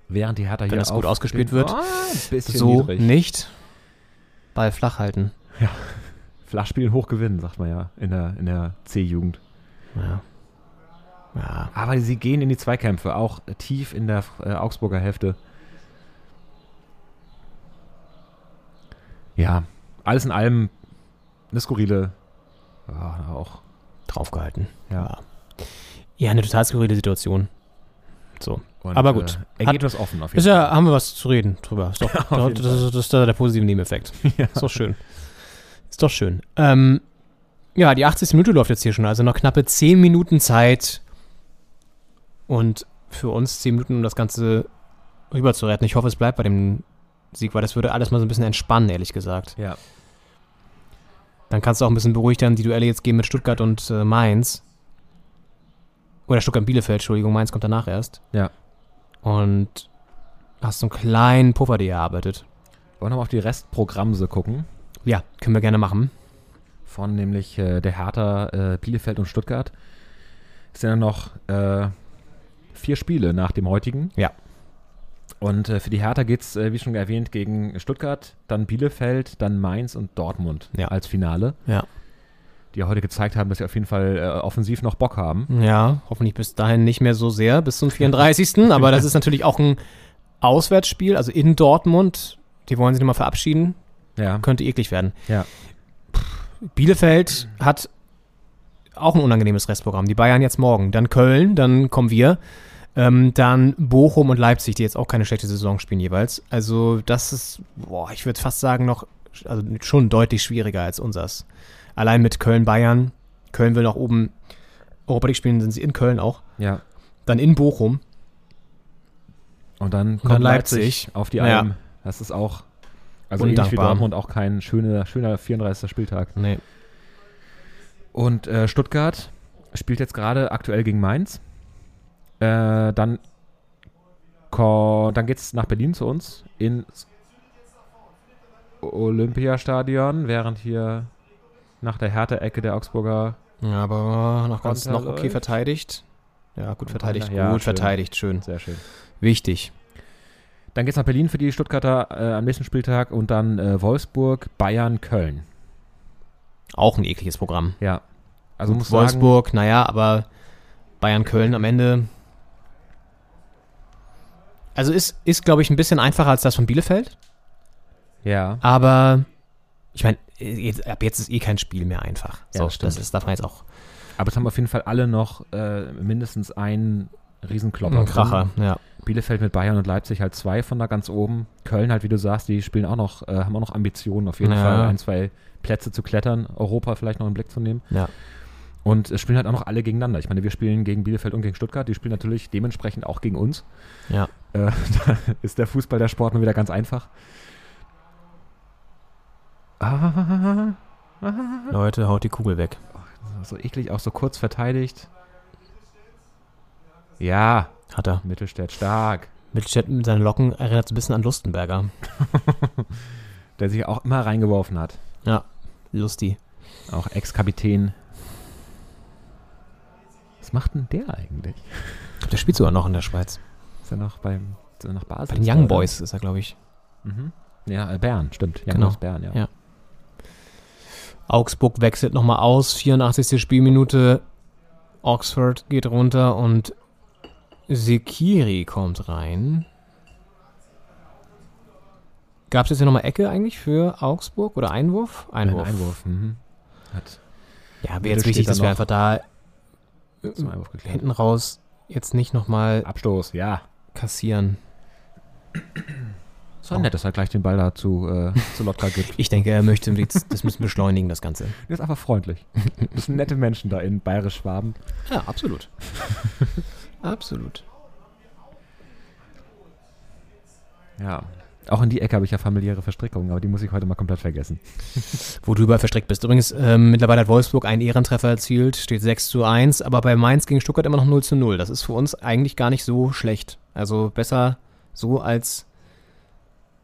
G: während die Hertha
D: Wenn
G: hier
D: das gut
G: auf-
D: ausgespielt wird.
G: Ah, ein bisschen
D: So
G: niedrig.
D: nicht. Ball flach halten.
G: Flachspielen hoch gewinnen, sagt man ja in der, in der C-Jugend.
D: Ja. Ja.
G: Aber sie gehen in die Zweikämpfe, auch tief in der äh, Augsburger Hälfte. Ja, alles in allem eine skurrile. Ja, auch.
D: Draufgehalten.
G: Ja.
D: Ja, eine total skurrile Situation. So.
G: Und,
D: Aber gut.
G: Äh, Ergebnis offen auf jeden
D: Ist
G: Fall.
D: ja, haben wir was zu reden drüber. Ist doch, das,
G: jeden
D: das, das ist da der positive Nebeneffekt. Ist doch schön. Ist doch schön. Ähm, ja, die 80. Minute läuft jetzt hier schon, also noch knappe 10 Minuten Zeit. Und für uns 10 Minuten, um das Ganze rüber zu retten. Ich hoffe, es bleibt bei dem Sieg, weil das würde alles mal so ein bisschen entspannen, ehrlich gesagt.
G: Ja.
D: Dann kannst du auch ein bisschen beruhigt dann die Duelle jetzt gehen mit Stuttgart und äh, Mainz. Oder Stuttgart-Bielefeld, Entschuldigung, Mainz kommt danach erst.
G: Ja.
D: Und hast so einen kleinen Puffer, der ihr erarbeitet.
G: Wollen wir mal auf die Restprogrammse gucken.
D: Ja, können wir gerne machen.
G: Von nämlich äh, der Hertha, äh, Bielefeld und Stuttgart. Es sind ja noch äh, vier Spiele nach dem heutigen.
D: Ja.
G: Und äh, für die Hertha geht es, äh, wie schon erwähnt, gegen Stuttgart, dann Bielefeld, dann Mainz und Dortmund
D: Ja.
G: als Finale.
D: Ja.
G: Die ja heute gezeigt haben, dass sie auf jeden Fall äh, offensiv noch Bock haben.
D: Ja, hoffentlich bis dahin nicht mehr so sehr, bis zum 34. Aber das ist natürlich auch ein Auswärtsspiel, also in Dortmund. Die wollen sich nochmal verabschieden.
G: Ja.
D: Könnte eklig werden.
G: Ja.
D: Bielefeld hat auch ein unangenehmes Restprogramm. Die Bayern jetzt morgen, dann Köln, dann kommen wir. Ähm, dann Bochum und Leipzig, die jetzt auch keine schlechte Saison spielen jeweils. Also das ist, boah, ich würde fast sagen, noch also schon deutlich schwieriger als unseres. Allein mit Köln-Bayern. Köln will nach oben Europa League spielen, sind sie in Köln auch.
G: Ja.
D: Dann in Bochum.
G: Und dann kommt
D: dann
G: Leipzig,
D: Leipzig.
G: auf die
D: Ja.
G: Alm. Das ist auch, also ähnlich wie
D: Undankbar.
G: Dortmund, auch kein schöner, schöner 34. Spieltag.
D: Nee.
G: Und äh, Stuttgart spielt jetzt gerade aktuell gegen Mainz. Äh, dann ko- dann geht es nach Berlin zu uns ins Olympiastadion, während hier nach der Hertha-Ecke der Augsburger.
D: Ja, aber noch ganz
G: Konter
D: noch okay
G: läuft.
D: verteidigt. Ja, gut verteidigt.
G: Konter, ja,
D: gut
G: schön.
D: verteidigt, schön.
G: Sehr schön.
D: Wichtig.
G: Dann geht es nach Berlin für die Stuttgarter äh, am nächsten Spieltag und dann äh, Wolfsburg, Bayern, Köln.
D: Auch ein ekliges Programm.
G: Ja. Also muss sagen,
D: Wolfsburg, naja, aber Bayern-Köln am Ende. Also ist, ist glaube ich, ein bisschen einfacher als das von Bielefeld.
G: ja.
D: Aber ich meine, jetzt, ab jetzt ist eh kein Spiel mehr einfach.
G: Ja,
D: so,
G: das
D: das
G: stimmt.
D: ist, darf man jetzt auch
G: Aber es haben auf jeden Fall alle noch äh, mindestens einen Riesenklopper.
D: ein
G: drin.
D: Kracher. Ja.
G: Bielefeld mit Bayern und Leipzig halt zwei von da ganz oben. Köln halt, wie du sagst, die spielen auch noch, äh, haben auch noch Ambitionen auf jeden
D: Ja.
G: Fall, ein, zwei Plätze zu klettern, Europa vielleicht noch in den Blick zu nehmen.
D: Ja.
G: Und es spielen halt auch noch alle gegeneinander. Ich meine, wir spielen gegen Bielefeld und gegen Stuttgart. Die spielen natürlich dementsprechend auch gegen uns.
D: Ja.
G: Äh, da ist der Fußball, der Sport mal wieder ganz einfach. Ah,
D: Leute, haut die Kugel weg.
G: so eklig, auch so kurz verteidigt. Ja,
D: Hat er.
G: Mittelstädt stark.
D: Mit Chat mit seinen Locken erinnert es ein bisschen an Lustenberger.
G: Der sich auch immer reingeworfen hat.
D: Ja, lustig.
G: Auch Ex-Kapitän. Was macht denn der eigentlich?
D: Ich glaube, der spielt sogar noch in der Schweiz.
G: Ist er noch beim, ist er noch Basel?
D: Bei den Young Boys ist er, glaube ich.
G: Mhm. Ja, äh, Bern, stimmt. Young
D: Genau.
G: Boys Bern, ja.
D: Ja. Augsburg wechselt nochmal aus, 84. Spielminute. Oxford geht runter und Sekiri kommt rein. Gab es jetzt hier nochmal Ecke eigentlich für Augsburg oder Einwurf?
G: Ein
D: Einwurf.
G: Einwurf. Mhm. Hat
D: Ja, wäre jetzt
G: Steht
D: wichtig,
G: da
D: dass wir
G: noch.
D: einfach da
G: zum Einwurf geklärt.
D: Äh, hinten raus jetzt nicht nochmal
G: Abstoß, ja.
D: kassieren.
G: So nett, dass er gleich den Ball da zu, äh, zu Lotka gibt.
D: Ich denke, er möchte jetzt- das müssen beschleunigen, das Ganze.
G: Er ist einfach freundlich. Das sind nette Menschen da in Bayerisch-Schwaben.
D: Ja, absolut. absolut.
G: Ja. Auch in die Ecke habe ich ja familiäre Verstrickungen, aber die muss ich heute mal komplett vergessen.
D: Wo du überall verstreckt bist. Übrigens, ähm, mittlerweile hat Wolfsburg einen Ehrentreffer erzielt, steht 6 zu 1, aber bei Mainz gegen Stuttgart immer noch 0 zu 0. Das ist für uns eigentlich gar nicht so schlecht. Also besser so als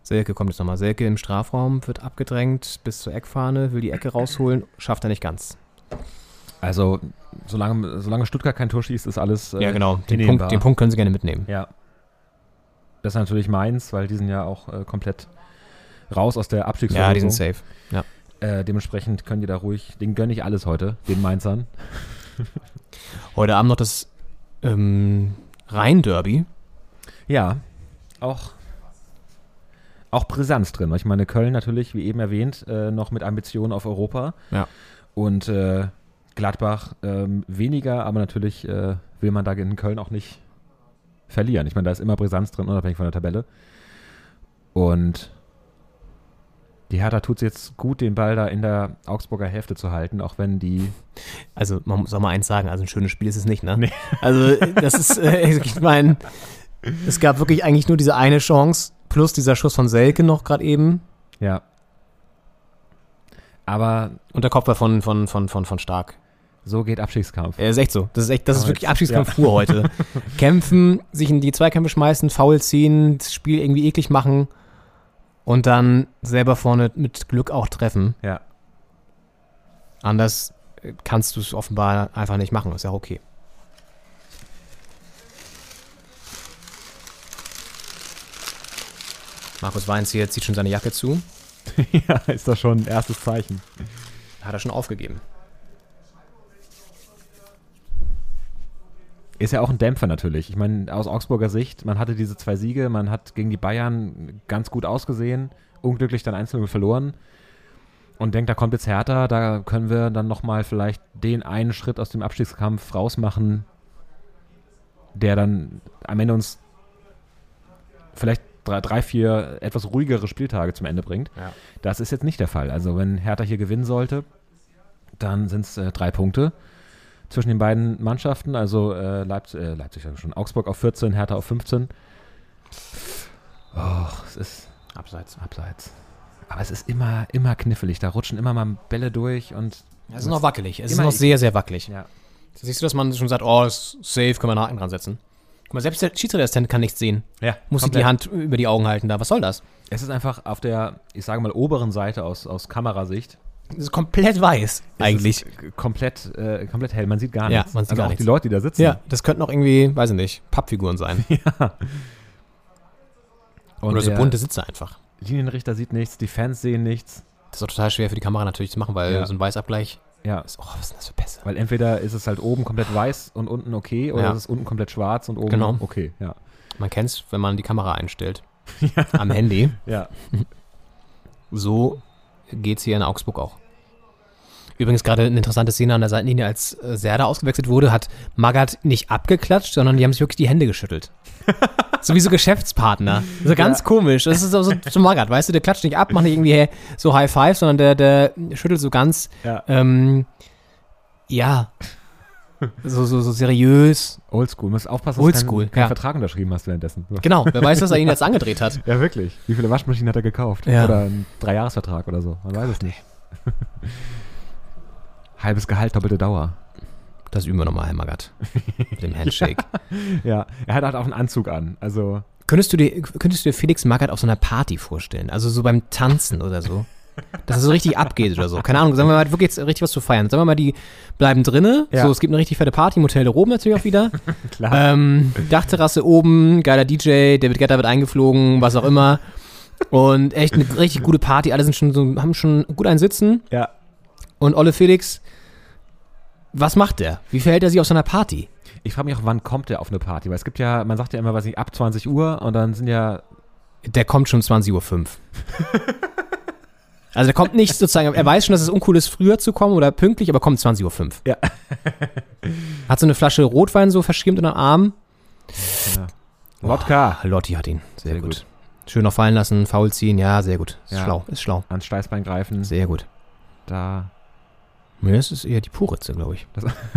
D: Selke kommt jetzt nochmal. Selke im Strafraum, wird abgedrängt bis zur Eckfahne, will die Ecke rausholen, schafft er nicht ganz.
G: Also, solange, solange Stuttgart kein Tor schießt, ist alles. äh,
D: Ja, genau. Den
G: hinnehmbar.
D: Punkt, den Punkt können sie gerne mitnehmen.
G: Ja. Das ist natürlich Mainz, weil die sind ja auch äh, komplett raus aus der Abstiegsverlosung.
D: Ja, die sind safe.
G: Äh, dementsprechend können die da ruhig, denen gönne ich alles heute, den Mainzern.
D: Heute Abend noch das ähm, Rhein-Derby.
G: Ja, auch, auch Brisanz drin. Ich meine, Köln natürlich, wie eben erwähnt, äh, noch mit Ambitionen auf Europa.
D: Ja.
G: Und äh, Gladbach ähm, weniger, aber natürlich äh, will man da in Köln auch nicht verlieren. Ich meine, da ist immer Brisanz drin, unabhängig von der Tabelle. Und die Hertha tut es jetzt gut, den Ball da in der Augsburger Hälfte zu halten, auch wenn die
D: Also, man muss auch mal eins sagen, also ein schönes Spiel ist es nicht, ne? Also, das ist, äh, ich meine, es gab wirklich eigentlich nur diese eine Chance, plus dieser Schuss von Selke noch gerade eben
G: Ja. Aber
D: und der Kopfball von, von, von, von, von Stark.
G: so geht Abstiegskampf.
D: Äh, ist echt so. Das ist echt, das ist
G: Aber
D: wirklich
G: jetzt-
D: Abschiedskampf pur heute. Kämpfen, sich in die Zweikämpfe schmeißen, faul ziehen, das Spiel irgendwie eklig machen und dann selber vorne mit Glück auch treffen.
G: Ja.
D: Anders äh, kannst du es offenbar einfach nicht machen. Ist ja okay. Markus Weinz hier zieht schon seine Jacke zu.
G: ja, ist das schon ein erstes Zeichen.
D: Hat er schon aufgegeben.
G: Ist ja auch ein Dämpfer natürlich. Ich meine, aus Augsburger Sicht, man hatte diese zwei Siege, man hat gegen die Bayern ganz gut ausgesehen, unglücklich dann einzeln verloren und denkt, da kommt jetzt Hertha, da können wir dann nochmal vielleicht den einen Schritt aus dem Abstiegskampf rausmachen, der dann am Ende uns vielleicht drei, drei vier etwas ruhigere Spieltage zum Ende bringt.
D: Ja.
G: Das ist jetzt nicht der Fall. Also wenn Hertha hier gewinnen sollte, dann sind es äh, drei Punkte zwischen den beiden Mannschaften. Also äh, Leipz äh, Leipzig sag ich schon, Augsburg auf 14, Hertha auf 15. Och, es ist
D: Abseits.
G: abseits. Aber es ist immer, immer knifflig. Da rutschen immer mal Bälle durch und
D: Es ist noch wackelig. Es ist
G: Immer
D: noch
G: ich-
D: sehr, sehr wackelig.
G: ja.
D: Siehst du, dass man schon sagt, oh, ist safe, können wir einen Haken dran setzen? Guck mal, selbst der Schiedsrichterassistent kann nichts sehen.
G: ja
D: Muss sich die Hand über die Augen halten da. Was soll das?
G: Es ist einfach auf der, ich sage mal, oberen Seite aus, aus Kamerasicht.
D: Das ist komplett weiß, eigentlich.
G: Es ist k- komplett, äh, komplett hell. Man sieht gar
D: Ja,
G: nichts.
D: man sieht
G: also
D: gar
G: auch
D: nichts.
G: die Leute, die da sitzen.
D: Ja, das könnten auch irgendwie, weiß ich nicht, Pappfiguren sein.
G: Und
D: Oder so
G: der
D: bunte Sitze einfach.
G: Linienrichter sieht nichts, die Fans sehen nichts.
D: Das ist auch total schwer für die Kamera natürlich zu machen, weil
G: Ja.
D: so ein Weißabgleich
G: Ja,
D: ist, oh, was sind das für Pässe?
G: Weil entweder ist es halt oben komplett weiß und unten okay, oder
D: Ja.
G: es ist unten komplett schwarz und oben
D: Genau.
G: okay. Ja.
D: Man kennt's, wenn man die Kamera einstellt. Am Handy.
G: ja.
D: So geht's hier in Augsburg auch. Übrigens gerade eine interessante Szene an der Seitenlinie, als äh, Serda ausgewechselt wurde, hat Magath nicht abgeklatscht, sondern die haben sich wirklich die Hände geschüttelt. so wie so Geschäftspartner. So ganz komisch. Das ist so, so zu Magath, weißt du, der klatscht nicht ab,
G: Äh,
D: macht nicht irgendwie hey, so High Five, sondern der, der schüttelt so ganz
G: Ja.
D: ähm, Ja. So, so, so seriös.
G: Oldschool. Musst aufpassen, du
D: Oldschool,
G: keinen, keinen
D: ja.
G: Vertrag unterschrieben hast währenddessen. So.
D: Genau, wer weiß, was er ihnen jetzt angedreht hat.
G: Ja, wirklich. Wie viele Waschmaschinen hat er gekauft?
D: Ja.
G: Oder einen Dreijahresvertrag oder so. Man weiß es nicht. Halbes Gehalt, doppelte Dauer.
D: Das üben wir nochmal, Herr Magath. Mit dem Handshake.
G: Ja, er hat halt auch einen Anzug an. Also,
D: Könntest du dir, könntest du dir Felix Magath auf so einer Party vorstellen? Also so beim Tanzen oder so? Dass es so richtig abgeht oder so. Keine Ahnung, sagen wir mal, wirklich jetzt richtig was zu feiern. Sagen wir mal, die bleiben drinne.
G: Ja.
D: So, es gibt eine richtig fette Party im Hotel de Rome natürlich auch wieder.
G: klar.
D: Ähm, Dachterrasse oben, geiler DJ, David Guetta wird eingeflogen, was auch immer. Und echt eine richtig gute Party. Alle sind schon so, haben schon gut einen Sitzen.
G: ja.
D: Und Olle Felix, was macht der? Wie verhält er sich auf so einer Party?
G: Ich frage mich auch, wann kommt er auf eine Party? Weil es gibt ja, man sagt ja immer, weiß nicht, ab 20 Uhr und dann sind ja.
D: Der kommt schon 20.05 Uhr. Also der kommt nicht sozusagen, er weiß schon, dass es uncool ist, früher zu kommen oder pünktlich, aber kommt 20.05 Uhr.
G: Ja.
D: Hat so eine Flasche Rotwein so verschirmt unter den Arm.
G: Wodka.
D: Lotti hat ihn. Sehr,
G: Sehr
D: gut.
G: gut.
D: Schön noch fallen lassen, faul ziehen, ja, sehr gut. Ist
G: Ja.
D: schlau, ist schlau.
G: Ans Steißbein greifen.
D: Sehr gut.
G: Da.
D: Nee, das ist eher die Puritze, glaube ich.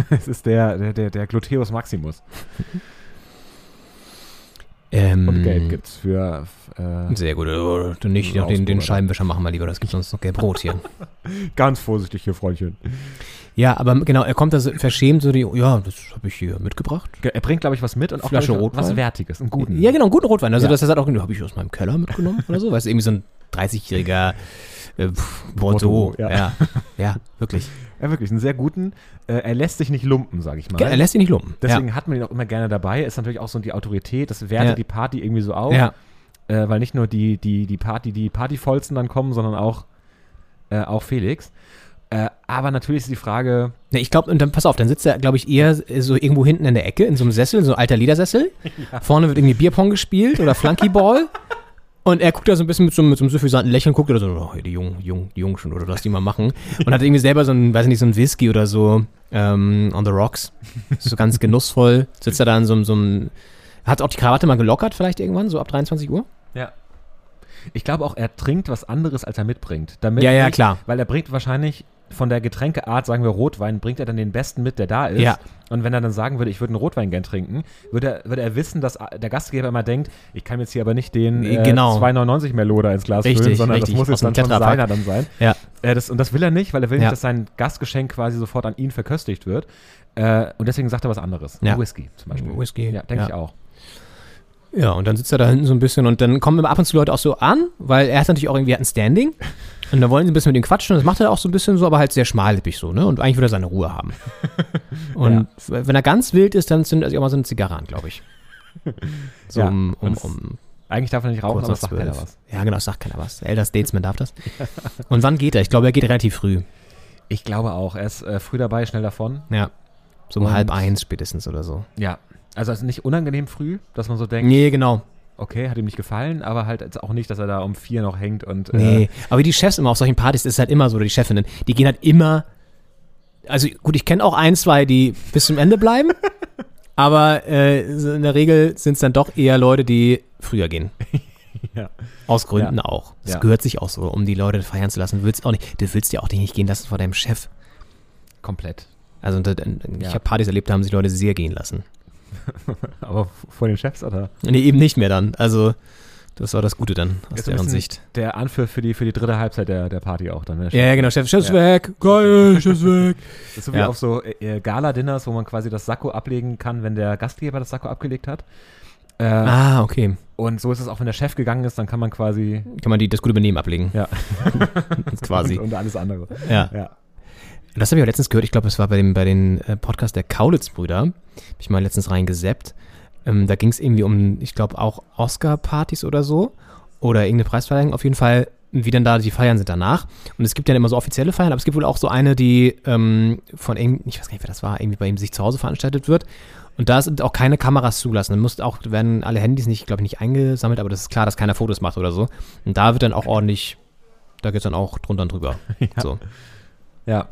G: Es ist der, der, der, der Gluteus Maximus.
D: Ähm,
G: Und Geld gibt's für. Äh,
D: Sehr gut. Äh, Du nicht noch den, den Scheibenwischer machen wir lieber, das gibt sonst noch gelb Brot hier.
G: ganz vorsichtig hier, Freundchen.
D: ja, aber genau, er kommt da so verschämt so die, ja, das habe ich hier mitgebracht.
G: Ge- Er bringt, glaube ich, was mit und auch
D: Flasche
G: glaub ich,
D: Rotwein?
G: was Wertiges, einen guten.
D: Ja, genau, einen guten Rotwein. Also,
G: Ja.
D: dass er sagt auch, habe ich aus meinem Keller mitgenommen oder so. Weißt du, irgendwie so ein 30-jähriger äh, pff, Bordeaux.
G: Bordeaux, ja.
D: ja. ja, wirklich.
G: Ja, wirklich, einen sehr guten. Äh, er lässt sich nicht lumpen, sage ich mal.
D: Er lässt sich nicht lumpen.
G: Deswegen hat man ihn auch immer gerne dabei. Ist natürlich auch so die Autorität, das wertet
D: Ja.
G: die Party irgendwie so auf.
D: ja. ja.
G: Äh, weil nicht nur die, die, die Party, die Partyvollsten dann kommen, sondern auch, äh, auch Felix. Äh, aber natürlich ist die Frage,
D: Ne, ich glaube, und dann pass auf, dann sitzt er, glaube ich, eher so irgendwo hinten in der Ecke, in so einem Sessel, so ein alter Ledersessel. Vorne wird irgendwie Bierpong gespielt oder Flunkyball. und er guckt da so ein bisschen mit so, einem- mit so einem suffisanten Lächeln, guckt er so, oh, die Jungen, Jungen, die Jungen schon, oder lass die mal machen. Und hat irgendwie selber so ein, weiß ich nicht, so ein Whisky oder so ähm, on the rocks. So ganz genussvoll. Sitzt er da in so, einem- so einem, hat auch die Krawatte mal gelockert vielleicht irgendwann, so ab 23 Uhr?
G: ich glaube auch, er trinkt was anderes, als er mitbringt. Damit
D: Ja, ja,
G: nicht-
D: klar.
G: Weil er bringt wahrscheinlich von der Getränkeart, sagen wir Rotwein, bringt er dann den besten mit, der da ist.
D: Ja.
G: Und wenn er dann sagen würde, ich würde einen Rotwein gern trinken, würde er, würde er wissen, dass äh, der Gastgeber immer denkt, ich kann jetzt hier aber nicht den
D: Nee,
G: äh,
D: genau.
G: 2,99 mehr Loder ins Glas
D: Richtig,
G: füllen, sondern
D: richtig,
G: das muss
D: aus
G: jetzt dann
D: dem
G: schon
D: Tetrapack.
G: seiner dann sein.
D: Ja.
G: Äh, das, und das will er nicht, weil er will
D: Ja.
G: nicht, dass sein Gastgeschenk quasi sofort an ihn verköstigt wird. Äh, und deswegen sagt er was anderes.
D: Ja.
G: Whisky zum Beispiel.
D: Whisky,
G: Ja, denke
D: ja.
G: ich auch.
D: Ja, und dann sitzt er da hinten so ein bisschen und dann kommen immer ab und zu Leute auch so an, weil er hat natürlich auch irgendwie hat ein Standing. Und da wollen sie ein bisschen mit ihm quatschen und das macht er auch so ein bisschen so, aber halt sehr schmallippig so, ne? Und eigentlich will er seine Ruhe haben. Und wenn er ganz wild ist, dann zündet er sich auch mal so eine Zigarre an, glaube ich. So
G: Ja,
D: um, um,
G: und es-
D: um
G: Eigentlich darf er nicht rauchen,
D: kurz
G: aber
D: nach
G: es sagt keiner
D: zwölf.
G: was.
D: Ja, genau, es sagt keiner was. Elder Statesman darf das. Und wann geht er? Ich glaube, er geht relativ früh.
G: Ich glaube auch. Er ist äh, früh dabei, schnell davon.
D: Ja. So um
G: Und-
D: halb eins spätestens oder so.
G: Ja. Also es ist nicht unangenehm früh, dass man so denkt,
D: Nee, genau.
G: okay, hat ihm nicht gefallen, aber halt jetzt auch nicht, dass er da um vier noch hängt und
D: Nee,
G: äh,
D: aber wie die Chefs immer auf solchen Partys, das ist halt immer so, oder die Chefinnen, die gehen halt immer. Also gut, ich kenne auch ein, zwei, die bis zum Ende bleiben, aber äh, so in der Regel sind es dann doch eher Leute, die früher gehen.
G: Ja.
D: Aus Gründen auch. Das
G: Ja.
D: gehört sich auch so, um die Leute feiern zu lassen. Du willst, auch nicht, du willst ja auch dich nicht gehen lassen vor deinem Chef.
G: komplett.
D: Also da- da- ich
G: Ja.
D: habe Partys erlebt, da haben sich Leute sehr gehen lassen.
G: Aber f- vor den Chefs oder?
D: Nee, eben nicht mehr dann. Also das war das Gute dann aus
G: Ist so ein
D: deren
G: bisschen
D: Sicht.
G: Der Anführer für die, für die dritte Halbzeit der, der Party auch dann. Ne?
D: Ja, ja, genau, Chef, Chef ist
G: Ja.
D: weg. Geil, Chef ist weg.
G: Das ist so wie
D: Ja.
G: auf so äh, Gala-Dinners, wo man quasi das Sakko ablegen kann, wenn der Gastgeber das Sakko abgelegt hat. Äh,
D: Ah, okay.
G: Und so ist es auch, wenn der Chef gegangen ist, dann kann man quasi
D: Kann man die, das gute Benehmen ablegen.
G: Ja.
D: Quasi.
G: und, und alles andere.
D: Ja.
G: Ja.
D: Das habe ich auch letztens gehört. Ich glaube, es war bei dem bei den äh, Podcast der Kaulitz-Brüder. Habe ich mal letztens reingeseppt. Ähm, da ging es irgendwie um, ich glaube, auch Oscar-Partys oder so. Oder irgendeine Preisverleihung. Auf jeden Fall, wie dann da die Feiern sind danach. Und es gibt ja immer so offizielle Feiern, aber es gibt wohl auch so eine, die ähm, von irgendeinem, ich weiß gar nicht, wer das war, irgendwie bei ihm sich zu Hause veranstaltet wird. Und da sind auch keine Kameras zugelassen. Dann muss auch, werden alle Handys nicht, glaube ich, nicht eingesammelt, aber das ist klar, dass keiner Fotos macht oder so. Und da wird dann auch ordentlich, da geht es dann auch drunter und drüber. So.
G: Ja.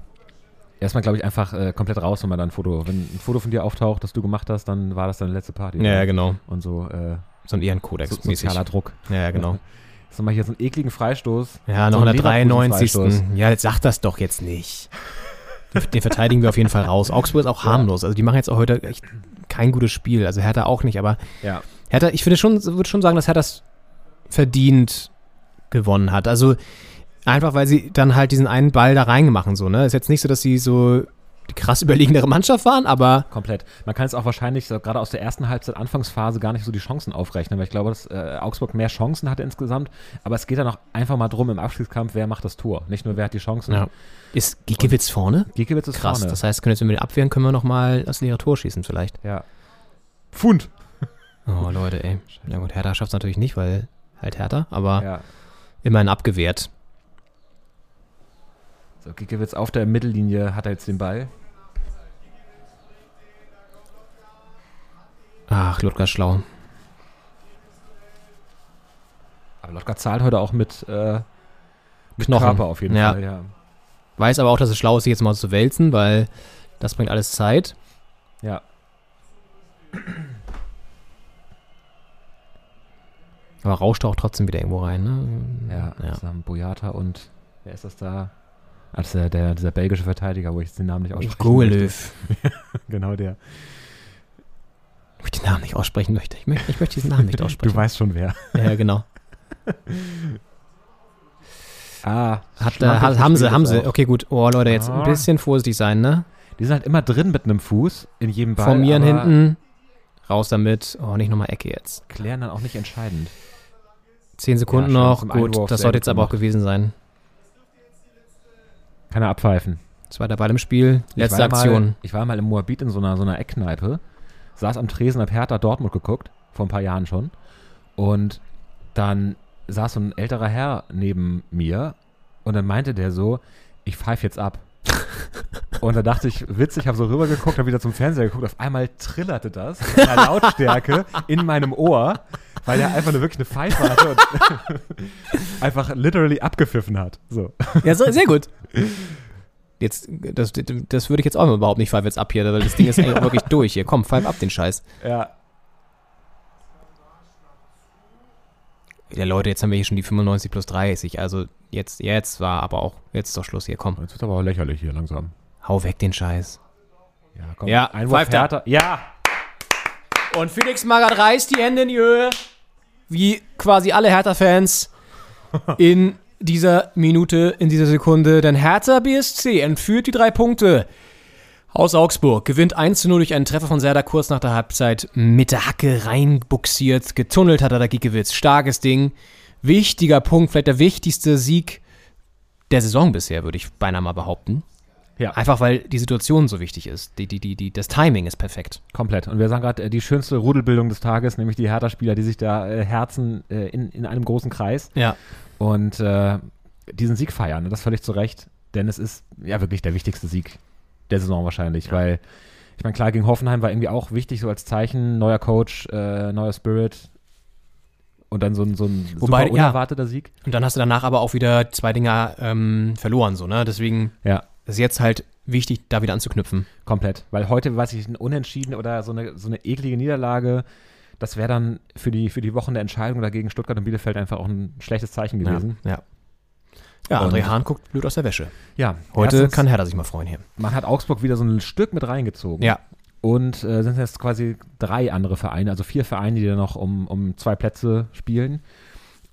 G: Erstmal, glaube ich, einfach äh, komplett raus, wenn man dann ein Foto, wenn ein Foto von dir auftaucht, das du gemacht hast, dann war das deine letzte Party.
D: Ja, ja,
G: oder?
D: genau.
G: Und so, äh,
D: So ein
G: so
D: Ehrenkodex-mäßig.
G: sozialer Druck.
D: ja, ja, genau.
G: Jetzt nochmal hier so einen ekligen Freistoß.
D: Ja, noch
G: so
D: in
G: einen
D: der 93.
G: Leverkusen-Freistoß.
D: Ja, jetzt sag das doch jetzt nicht. Den, den verteidigen wir auf jeden Fall raus. Augsburg ist auch harmlos. Also die machen jetzt auch heute echt kein gutes Spiel. Also Hertha auch nicht, aber
G: Ja.
D: Hertha, ich finde schon, würde schon sagen, dass Hertha es verdient gewonnen hat. Also einfach, weil sie dann halt diesen einen Ball da reingemacht so, ne? Ist jetzt nicht so, dass sie so die krass überlegenere Mannschaft waren, aber
G: Komplett. Man kann es auch wahrscheinlich so, gerade aus der ersten Halbzeit, Anfangsphase gar nicht so die Chancen aufrechnen, weil ich glaube, dass äh, Augsburg mehr Chancen hatte insgesamt. Aber es geht dann auch einfach mal drum im Abstiegskampf, wer macht das Tor. Nicht nur, wer hat die Chancen.
D: ja. ist Giekewitz vorne?
G: Giekewitz ist
D: Krass.
G: vorne.
D: Das heißt, können jetzt, wenn wir den abwehren, können wir nochmal das leere Tor schießen vielleicht.
G: ja. Pfund.
D: Oh, Leute, ey. Na gut, Hertha schafft es natürlich nicht, weil halt Hertha, aber
G: Ja.
D: immerhin abgewehrt.
G: So, Giekewitz auf der Mittellinie hat er jetzt den Ball.
D: Ach, Ludger Schlau.
G: Aber Lotka zahlt heute auch mit, äh, mit
D: Knochen.
G: Körper auf jeden
D: Ja.
G: Fall. Ja.
D: Weiß aber auch, dass es schlau ist, sich jetzt mal zu wälzen, weil das bringt alles Zeit.
G: ja.
D: Aber rauscht auch trotzdem wieder irgendwo rein, ne?
G: Ja,
D: Ja.
G: zusammen Boyata und wer ist das da? Also der, der, dieser belgische Verteidiger, wo ich jetzt den Namen nicht ausspreche.
D: Goelöw.
G: Genau der.
D: Wo ich den Namen nicht aussprechen möchte. Ich möchte, ich möchte diesen Namen nicht
G: Du
D: aussprechen.
G: weißt schon wer.
D: ja, genau.
G: Ah,
D: Hat, äh,
G: Schlampe
D: hat, haben sie,
G: gespielt
D: haben
G: ist
D: sie.
G: auch.
D: Okay, gut. Oh, Leute, jetzt ein
G: Ah.
D: bisschen vorsichtig sein, ne?
G: Die sind halt immer drin mit einem Fuß in jedem Ball.
D: Formieren
G: aber
D: hinten. Raus damit. Oh, nicht nochmal Ecke jetzt.
G: Klären dann auch nicht entscheidend.
D: Zehn Sekunden
G: Ja, schon
D: noch.
G: zum
D: Gut,
G: Einwurf
D: das
G: sehr
D: sollte
G: gut
D: jetzt aber auch
G: gemacht.
D: gewesen sein.
G: Kann er abpfeifen.
D: Zweiter Ball im Spiel.
G: ich
D: Letzte
G: war Mal,
D: Aktion.
G: ich war mal im Moabit in so einer, so einer Eckkneipe, saß am Tresen, hab Hertha Dortmund geguckt, vor ein paar Jahren schon. Und dann saß so ein älterer Herr neben mir und dann meinte der so, ich pfeife jetzt ab. Und da dachte ich, witzig, habe so rübergeguckt, habe wieder zum Fernseher geguckt. Auf einmal trillerte das in der Lautstärke in meinem Ohr, weil der einfach nur wirklich eine Pfeife hatte und einfach literally abgepfiffen hat. So.
D: Ja, so, sehr gut. Jetzt, das, das würde ich jetzt auch überhaupt nicht pfeifen jetzt ab hier, weil das Ding ist eigentlich auch wirklich durch. Hier, komm, pfeif ab den Scheiß.
G: Ja,
D: Ja, Leute, jetzt haben wir hier schon die 95 plus 30. Also jetzt, jetzt war aber auch, jetzt ist doch Schluss hier, komm.
G: Jetzt wird aber auch lächerlich hier langsam.
D: Hau weg den Scheiß.
G: Ja, komm.
D: Ja,
G: Einwurf
D: pfeift er.
G: Hertha. Ja,
D: Und Felix Magath reißt die Hände in die Höhe, wie quasi alle Hertha-Fans in dieser Minute, in dieser Sekunde. Denn Hertha BSC entführt die drei Punkte aus Augsburg, gewinnt 1 zu 0 durch einen Treffer von Serdar kurz nach der Halbzeit mit der Hacke reinbuxiert, getunnelt hat er da Giekewitz. Starkes Ding, wichtiger Punkt, vielleicht der wichtigste Sieg der Saison bisher, würde ich beinahe mal behaupten.
G: Ja.
D: Einfach weil die Situation so wichtig ist. Die, die, die, die, das Timing ist perfekt.
G: komplett. Und wir sagen gerade äh, die schönste Rudelbildung des Tages, nämlich die Hertha-Spieler, die sich da äh, herzen äh, in, in einem großen Kreis
D: Ja.
G: und äh, diesen Sieg feiern. Und das völlig zu Recht, denn es ist ja wirklich der wichtigste Sieg der Saison wahrscheinlich, weil ich meine, klar, gegen Hoffenheim war irgendwie auch wichtig, so als Zeichen, neuer Coach, äh, neuer Spirit und dann so ein, so ein
D: Wobei,
G: super
D: ja.
G: unerwarteter Sieg.
D: Und dann hast du danach aber auch wieder zwei Dinger ähm, verloren, so, ne? Deswegen
G: Ja.
D: ist jetzt halt wichtig, da wieder anzuknüpfen.
G: Komplett. Weil heute, weiß ich, ein Unentschieden oder so eine, so eine eklige Niederlage, das wäre dann für die, für die Wochen der Entscheidung dagegen Stuttgart und Bielefeld einfach auch ein schlechtes Zeichen gewesen.
D: Ja. Ja, André Hahn guckt blöd aus der Wäsche.
G: Ja,
D: Heute
G: erstens,
D: kann Herder sich mal freuen hier.
G: man hat Augsburg wieder so ein Stück mit reingezogen.
D: Ja.
G: Und äh, sind jetzt quasi drei andere Vereine, also vier Vereine, die da noch um, um zwei Plätze spielen.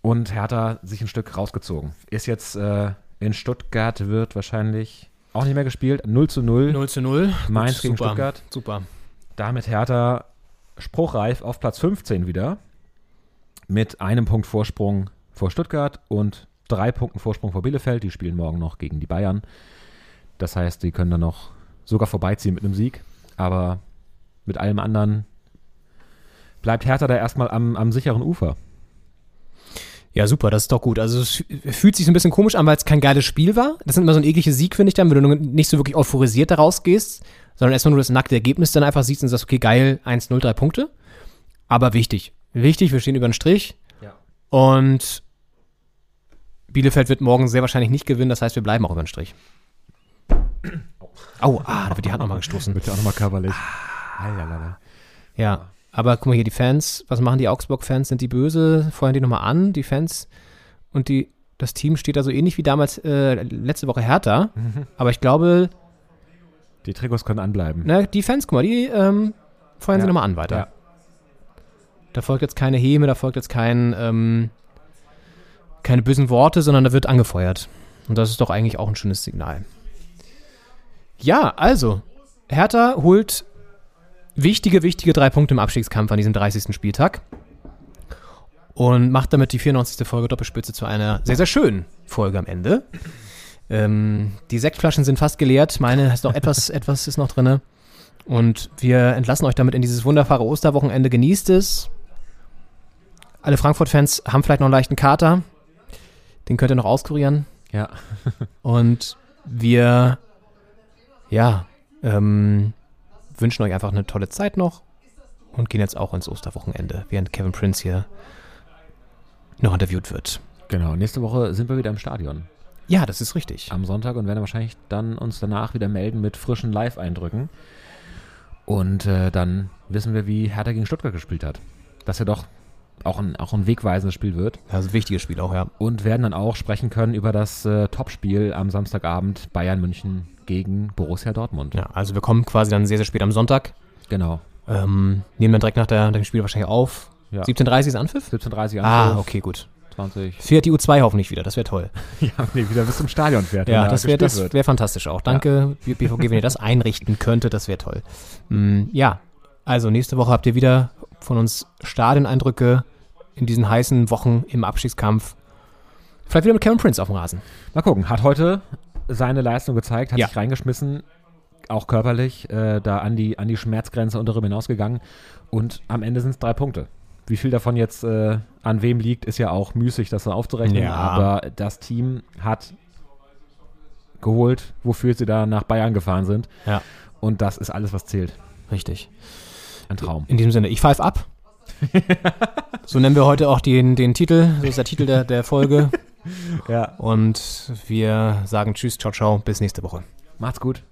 G: Und Hertha sich ein Stück rausgezogen. Ist jetzt äh, in Stuttgart, wird wahrscheinlich auch nicht mehr gespielt. 0 zu 0,
D: 0 zu 0.
G: Mainz
D: Gut,
G: gegen
D: super.
G: Stuttgart.
D: Super.
G: Damit Hertha spruchreif auf Platz 15 wieder. Mit einem Punkt Vorsprung vor Stuttgart und drei Punkten Vorsprung vor Bielefeld. Die spielen morgen noch gegen die Bayern. Das heißt, die können dann noch sogar vorbeiziehen mit einem Sieg. Aber mit allem anderen bleibt Hertha da erstmal am, am sicheren Ufer.
D: Ja, super, das ist doch gut. Also es fühlt sich so ein bisschen komisch an, weil es kein geiles Spiel war. Das sind immer so ein ekliges Sieg, finde ich dann, wenn du nicht so wirklich euphorisiert da rausgehst, sondern erstmal nur das nackte Ergebnis dann einfach siehst und sagst, okay, geil, 1-0, drei Punkte. Aber wichtig. Wichtig, wir stehen über den Strich.
G: Ja.
D: Und Bielefeld wird morgen sehr wahrscheinlich nicht gewinnen, das heißt, wir bleiben auch über den Strich. Au, ah, da wird die Hand nochmal gestoßen.
G: Wird ja auch nochmal körperlich. Ah.
D: Ja. Aber guck mal hier, die Fans, was machen die Augsburg-Fans? Sind die böse? Feuern die nochmal an, die Fans? Und die, das Team steht da so ähnlich wie damals äh, letzte Woche Hertha. Aber ich glaube,
G: Die Trikots können anbleiben.
D: Na, Ne, die Fans, guck mal, die ähm, feuern
G: Ja.
D: sie nochmal an weiter.
G: Ja.
D: Da folgt jetzt keine Häme, da folgt jetzt kein, ähm, keine bösen Worte, sondern da wird angefeuert. Und das ist doch eigentlich auch ein schönes Signal. Ja, also, Hertha holt wichtige, wichtige drei Punkte im Abstiegskampf an diesem 30. Spieltag. Und macht damit die 94. Folge Doppelspitze zu einer sehr, sehr schönen Folge am Ende. Ähm, die Sektflaschen sind fast geleert. Meine ist noch etwas, etwas ist noch drinne. Und wir entlassen euch damit in dieses wunderbare Osterwochenende. Genießt es. Alle Frankfurt-Fans haben vielleicht noch einen leichten Kater. Den könnt ihr noch auskurieren.
G: Ja.
D: Und wir, ja, ähm, wünschen euch einfach eine tolle Zeit noch und gehen jetzt auch ins Osterwochenende, während Kevin Prince hier noch interviewt wird.
G: Genau. Nächste Woche sind wir wieder im Stadion.
D: Ja, das ist richtig.
G: am Sonntag und werden wahrscheinlich dann uns danach wieder melden mit frischen Live-Eindrücken. Und äh, dann wissen wir, wie Hertha gegen Stuttgart gespielt hat. Dass ja doch auch ein, auch ein wegweisendes Spiel wird.
D: Also wichtiges Spiel auch, ja.
G: Und werden dann auch sprechen können über das äh, Topspiel am Samstagabend Bayern München gegen Borussia Dortmund.
D: Ja, also wir kommen quasi dann sehr, sehr spät am Sonntag.
G: Genau.
D: Ähm, nehmen dann direkt nach der, dem Spiel wahrscheinlich auf.
G: Ja.
D: 17.30 ist Anpfiff?
G: 17.30 Uhr,
D: Ah, okay, gut.
G: 20.
D: Fährt die U2 hoffentlich wieder, das wäre toll.
G: Ja, nee, wieder bis zum Stadion fährt.
D: Ja,
G: wenn da
D: das wäre
G: gespielt
D: das
G: wird.
D: wär fantastisch auch. Danke, B- BVG, wenn ihr das einrichten könntet, das wäre toll. Mm, ja, also nächste Woche habt ihr wieder von uns Stadioneindrücke in diesen heißen Wochen im Abstiegskampf. Vielleicht wieder mit Kevin Prince auf dem Rasen.
G: Mal gucken, hat heute seine Leistung gezeigt, hat
D: Ja.
G: sich reingeschmissen, auch körperlich, äh, da an die, an die Schmerzgrenze und darüber hinausgegangen. Und am Ende sind es drei Punkte. Wie viel davon jetzt äh, an wem liegt, ist ja auch müßig, das dann aufzurechnen.
D: Ja.
G: Aber das Team hat geholt, wofür sie da nach Bayern gefahren sind.
D: Ja.
G: Und das ist alles, was zählt.
D: Richtig.
G: Ein Traum.
D: In diesem Sinne, ich pfeife ab. so nennen wir heute auch den, den Titel. So ist der Titel der, der Folge.
G: Ja.
D: Und wir sagen Tschüss, ciao, ciao, bis nächste Woche.
G: Macht's gut.